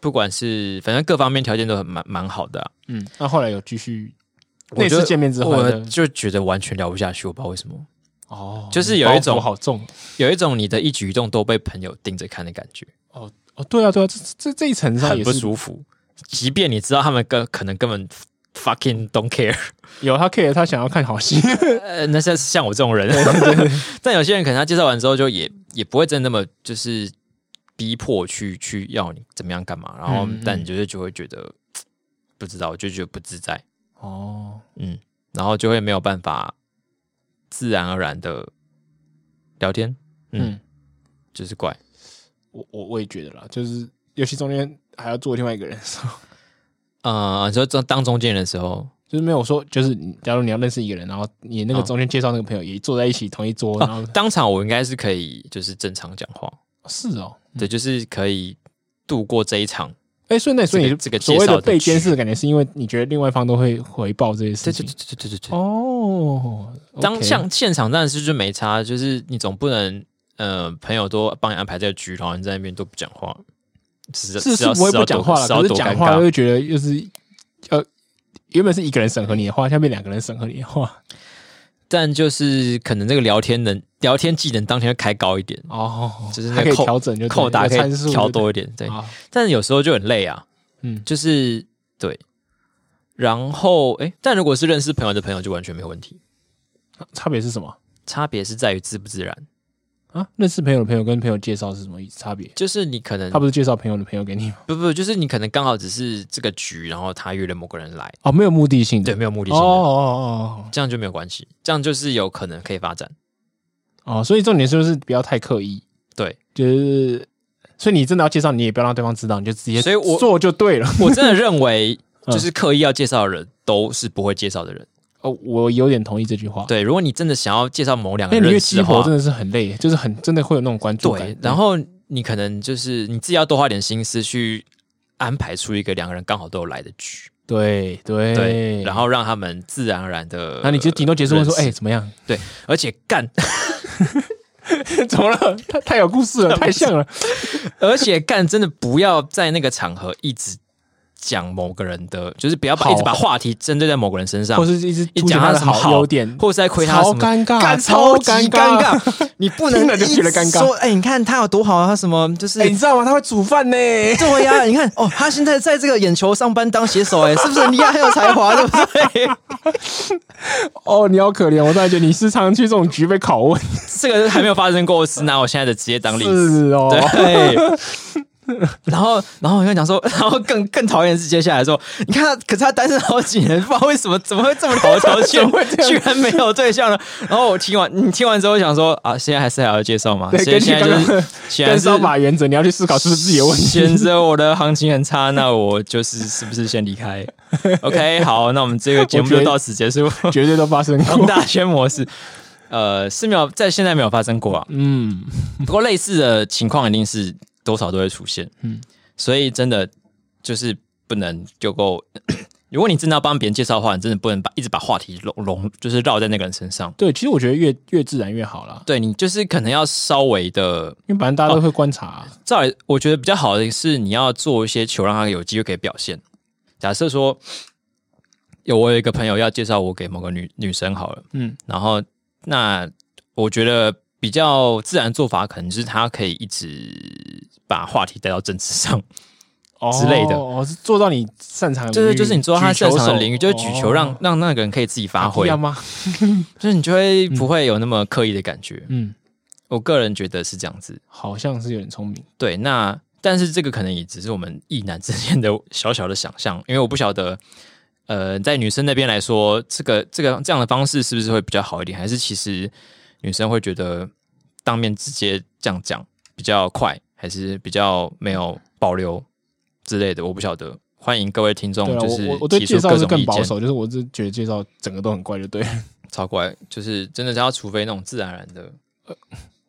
不管是反正各方面条件都很蛮蛮好的啊、
嗯，那后来有继续
我
那
就
次见面之后
我
呢
就觉得完全聊不下去，我不知道为什么，
哦，
就是有一种
包袱好重
有一种你的一举一动都被朋友盯着看的感觉，
哦哦，对啊对啊，这这这一层上
很
也
不
是
舒服。即便你知道他们根可能根本 fucking don't care，
有他 care，他想要看 好戏，
呃，那像是像我这种人， 但有些人可能他介绍完之后就也也不会真的那么就是逼迫去去要你怎么样干嘛，然后、
嗯嗯
但你就是就会觉得嘖不知道，就觉得不自在，
哦，
嗯，然后就会没有办法自然而然的聊天，嗯，
嗯
就是怪。
我我我也觉得啦，就是尤其中间还要做另外一个人的时候，
呃，就当当中间人的时候，
就是没有说，就是你假如你要认识一个人，然后你那个
嗯
中间介绍那个朋友也坐在一起同一桌，然后
当场我应该是可以就是正常讲话，
是哦，
对，就是可以度过这一场，
哎，所以那所以
这
你
个这个
所谓
介绍
的
的
被监
局
视的感觉，是因为你觉得另外一方都会回报这些
对
事
对
情
对对对对对。
哦，
当
OK
像现场当然是就没差，就是你总不能呃朋友都帮你安排这个局，然后你在那边都不讲话，是
是
是
是
要
不会
是要
不讲
多
话了，
是要
可是
多
讲
尴
话就
尬。
会觉得就是呃，原本是一个人审核你的话，下面两个人审核你的话，
但就是可能这个聊天能聊天技能当天要开高一点，
哦
就是
还
那
可
个
以
扣
调整就对了，
扣打
有
可
参
以
数
调
就对
多一点，对
了。。啊
但是有时候就很累啊，
嗯，
就是对。然后哎，但如果是认识朋友的朋友，就完全没有问题。
差别是什么
差别是在于自不自然，
啊？认识朋友的朋友跟朋友介绍是什么意思？差别？
就是你可能
他不是介绍朋友的朋友给你吗？
不不，就是你可能刚好只是这个局，然后他约了某个人来，
哦，没有目的性的，
对，没有目的
哦
性的，
哦
这样就没有关系，这样就是有可能可以发展。
哦哦，所以重点是不是不要太刻意？
对，
就是，所以你真的要介绍，你也不要让对方知道，你就直接
所以我
做就对了。
我真的认 为，
嗯
就是刻意要介绍的人都是不会介绍的人。
哦，我有点同意这句话。，
对，如果你真的想要介绍某两个
哎但你
人
越
认识
激
的
活
话
真，呃的是很累，就是很真的会有那种关注感
对，。然后你可能就是你自己要多花点心思去安排出一个两个人刚好都有来的局，
对对
对，然
后
后让他们自然而然的，
然后哎你就顶多结束问说，哎，怎么 样？
对，而且干，
怎么了？太太有故事了，太像了。
而且干，真的不要在那个场合一直讲某个人的，就是不要把
好
一直把话题针对在某个人身上，
或是一直
一
凸显
讲
他的
什么
好
好
优点，
或是在亏他什
超
么，
尴尬
干
超
超级
尴尬
尴尬， 你不能
听了就
一
觉得
直
尴尬
说哎，你看他有多好啊，他什么就是
哎、你知道吗？他会煮饭呢。
对呀、你看哦，他现在在这个眼球上班当写手、哎，是不是很厉害，很有才华，对不对？
哦，你好可怜，我突然觉得你是常常去这种局被拷问，
这个还没有发生过，是拿我现在的职业当例子。
是哦。
对。然后，然后我跟你讲说， 然后更更讨厌的是接下来说，你看他，可是他单身好几年，不知道为什么怎么会这么 条条件
会这，样
居然没有对象了。然后我听完，你听完之后我想说啊，现在还是还要介绍吗？
对，
现在
根据
现在
刚
就是
刚 的
显然
跟
是
烧法原则，你要去思考是不是自己的问 题。
显着我的行情很差，那我就是是不是先离开？OK，好，那我们这个节目就到此结 束。
绝对都发生
放
过。
大宣模式，呃，是没有在现在没有发生过啊。
嗯，
不过类似的情况一定是多少都会出现。嗯
嗯，
所以真的就是不能就够。如果你真的要帮别人介绍的话，你真的不能把一直把话题笼笼，就是绕在那个人身上。
对，其实我觉得越越自然越好啦，
对你就是可能要稍微的，
因为反正大家都会观察、啊
照理我觉得比较好的是你要做一些球让他有机会可以表现。假设说有我有一个朋友要介绍我给某个女女生好了，
嗯，
然后那我觉得比较自然的做法可能就是他可以一直把话题带到政治 上，
哦
之类的
哦，是做到你擅长的
就
领
是
域
就是你做他
举球
擅长的
手啊
领域，就是举球让、
哦
让那个人可以自己发挥
一，样吗？
就是你就会不会有那么刻意的感觉。
嗯，
我个人觉得是这样子。
好像是有点聪明。
对，那但是这个可能也只是我们异男之间的小小的想象，因为我不晓得，呃，在女生那边来说，这个这个这样的方式是不是会比较好一点，还是其实女生会觉得当面直接这样讲比较快，还是比较没有保留之类的，我不晓得。欢迎各位听众
对，啊，
就
我
是
我我对
提
介
出
绍
各
是
种
更
意
保
见，
守，就是我只觉得介绍整个都很怪就对了。
超乖，就是真的是要除非那种自然而然的。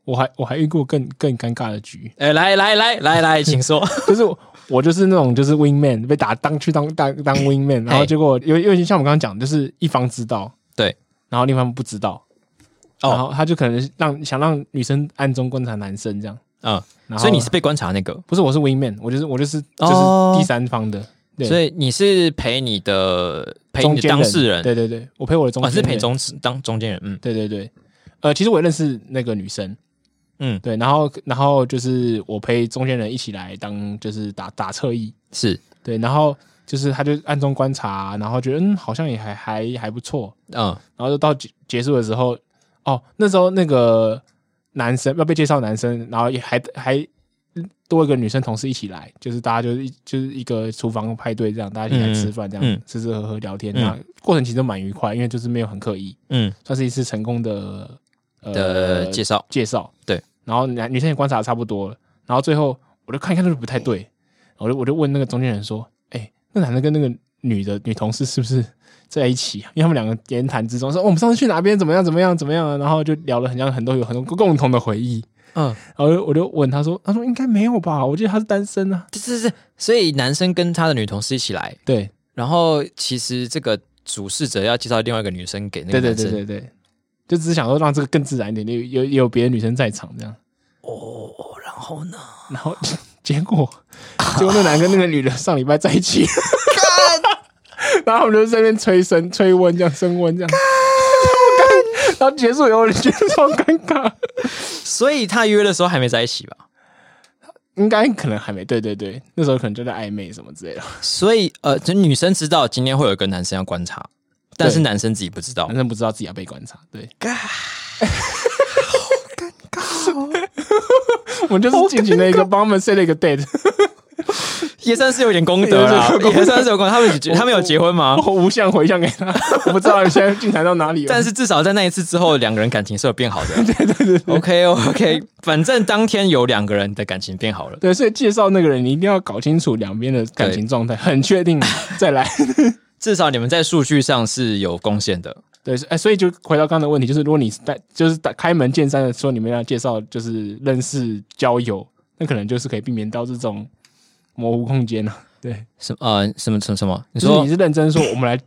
我还我还遇过更更尴尬的局，
哎，来来来来来，请说。
就是我我就是那种就是 wing man 被打当去当当当 wing man，然后结果因为因为像我刚刚讲，就是一方知道，
对，
然后另一方不知道，
哦
然后他就可能让想让女生暗中观察男生这样，
嗯，
然后
所以你是被观察那个，
不是我是 wing man，我就是我就是
哦
就是第三方的，对，
所
以
以你是陪你的陪
中
你的
间
当事人，
对对对，我陪我的中
哦，
间
是陪
人，
中当中间人，嗯
对对对，呃，其实我也认识那个女生，
嗯，
对，然后然后就是我陪中间人一起来当就是打打侧翼，
是，
对，然后就是他就暗中观察，然后觉得嗯，好像也还还还不错，
嗯，
然后就到结结束的时候，哦，那时候那个男生要被介绍男生，然后也还还多一个女生同事一起来，就是大家就是一就是一个厨房派对这样，大家一起来吃饭这样，
嗯嗯
吃吃喝喝聊天，
嗯
那、过程其实蛮愉快，因为就是没有很刻意，
嗯
算是一次成功的呃
的介绍，
介绍，
对，
然后男女生也观察得差不多了，然后最后我就看一看，就是不太对，我就我就问那个中间人说，哎、那男的跟那个女的女同事是不是在一起啊？因为他们两个言谈之中说、哦我们上次去哪边怎么样怎么样怎么样啊，然后就聊了很像很多有很多共同的回忆，
嗯，
然后我就我就问他说，他说应该没有吧，我记得他是单身啊，
是是是，所以男生跟他的女同事一起来，
对
然后其实这个主事者要介绍另外一个女生给那
对
个男
对对
生，
对对，就只是想说让这个更自然一点，有有有别的女生在场这样。
哦，然后呢，
然后 结果，结果那男跟那个女的上礼拜在一起， 然后我们就在那边催生、催温这样升温这样，然后结束以后，我就觉得超尴尬。
所以他约的时候还没在一起吧？
应该可能还没，对对对，那时候可能就在暧昧什么之类的。
所以呃，这女生知道今天会有一个男生要观察，但是男生自己不知道
男。生不知道自己要被观察，对，
嘎哦
我们就是进行了一个帮他们 set 了一个 date，
也算是有点功德 啦，也算是有功德。他们他们有结婚吗？
我无相回向给他， 我不知道现在进展到哪里了。
但是至少在那一次之后，两个人感情是有变好的。 对对对 o k OK，反正当天有两个人的感情变好了。
对，所以介绍那个人，你一定要搞清楚两边的感情 状态，很确定再来。
至少你们在数据上是有贡献的。
对，哎、所以就回到刚才的问题，就是如果你是带就是打开门见山的说你们要介绍就是认识交友，那可能就是可以避免到这种模糊空间了、啊对，
什呃什么什么什么？嗯你
就是
说
你是认真说，我们来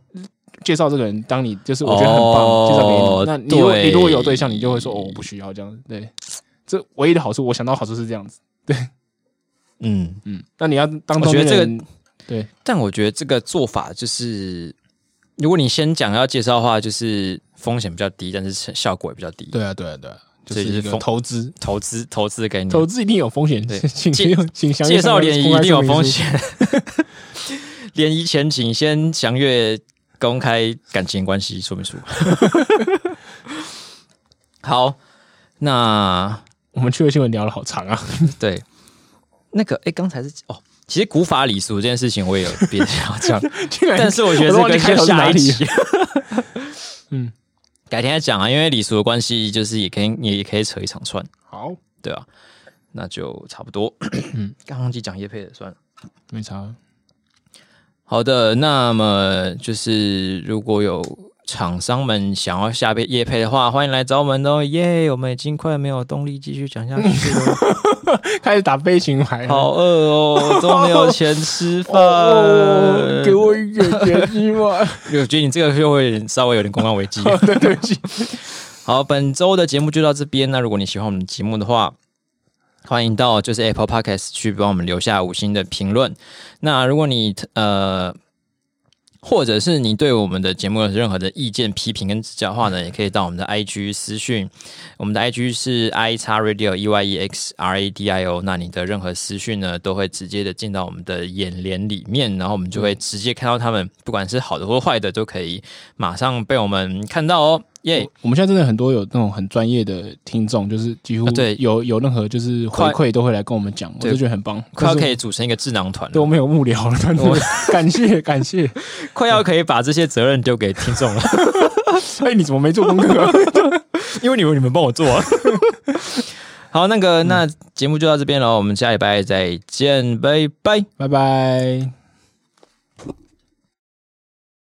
介绍这个人，当你就是我觉得很棒，
哦
介绍给你，那你如果
对
你如果有对象，你就会说哦，我不需要这样子。对，这唯一的好处，我想到好处是这样子。
嗯，
嗯，那你要
我
当中
觉得
间
这个
人对
但我觉得这个做法就是，如果你先讲要介绍的话，就是风险比较低，但是效果也比较低。，
对啊对啊对啊，就
这
是
就是
一个
风
投资，
投资投资给你
投资一定有风险，
对
请
介
请用请详阅
介绍联谊一定有风。
公开说明书
险。 联谊前请先详阅公开感情关系说明书。 好，那
我们趣味新闻聊了好长啊，
对那个哎，诶刚、才是哦，其实古法礼俗这件事情我也有别的要 讲，
竟然
但是我觉得这
我都忘
个
记开
就
头是
下
哪
一
里
集
了。嗯，
改天再讲啊，因为礼俗的关系，就是也可以也可以扯一长串，
好
对啊，那就差不多。嗯， 刚忘记讲叶配了，算了。
没差，
好的，那么就是如果有厂商们想要下被业配的话，欢迎来找我们哦，耶！我们已经快没有动力继续讲下去了，
开始打飞行牌了。
好饿哦，都没有钱吃饭。
哦，
呃
给我一点决心嘛！
我觉得你这个就会有点稍微有点公关危 机。
对对不起，
好，本周的节目就到这边。那如果你喜欢我们的节目的话，欢迎到就是 Apple Podcast 去帮我们留下五星的评论。那如果你呃，或者是你对我们的节目有任何的意见、批评跟指教的话呢，也可以到我们的 IG 私讯。我们的 IG 是 i x radio e y e x r a d i o。那你的任何私讯呢，都会直接的进到我们的眼帘里面，然后我们就会直接看到他们，不管是好的或坏的，都可以马上被我们看到哦，耶、
我们现在真的很多有那种很专业的听众，就是几乎
啊对
有有任何就是回
快
馈都会来跟我们讲，我
对
就觉得很棒，
快要可以
以
组成一个智囊团
都
了，
没有幕僚了，但是 感谢感谢。
快要可以把这些责任丢给听众了，
哎，你怎么没做功课？
因为你们你们帮我做、啊。好，那个那节目就到这边了，我们下礼拜再见，拜拜。
拜拜。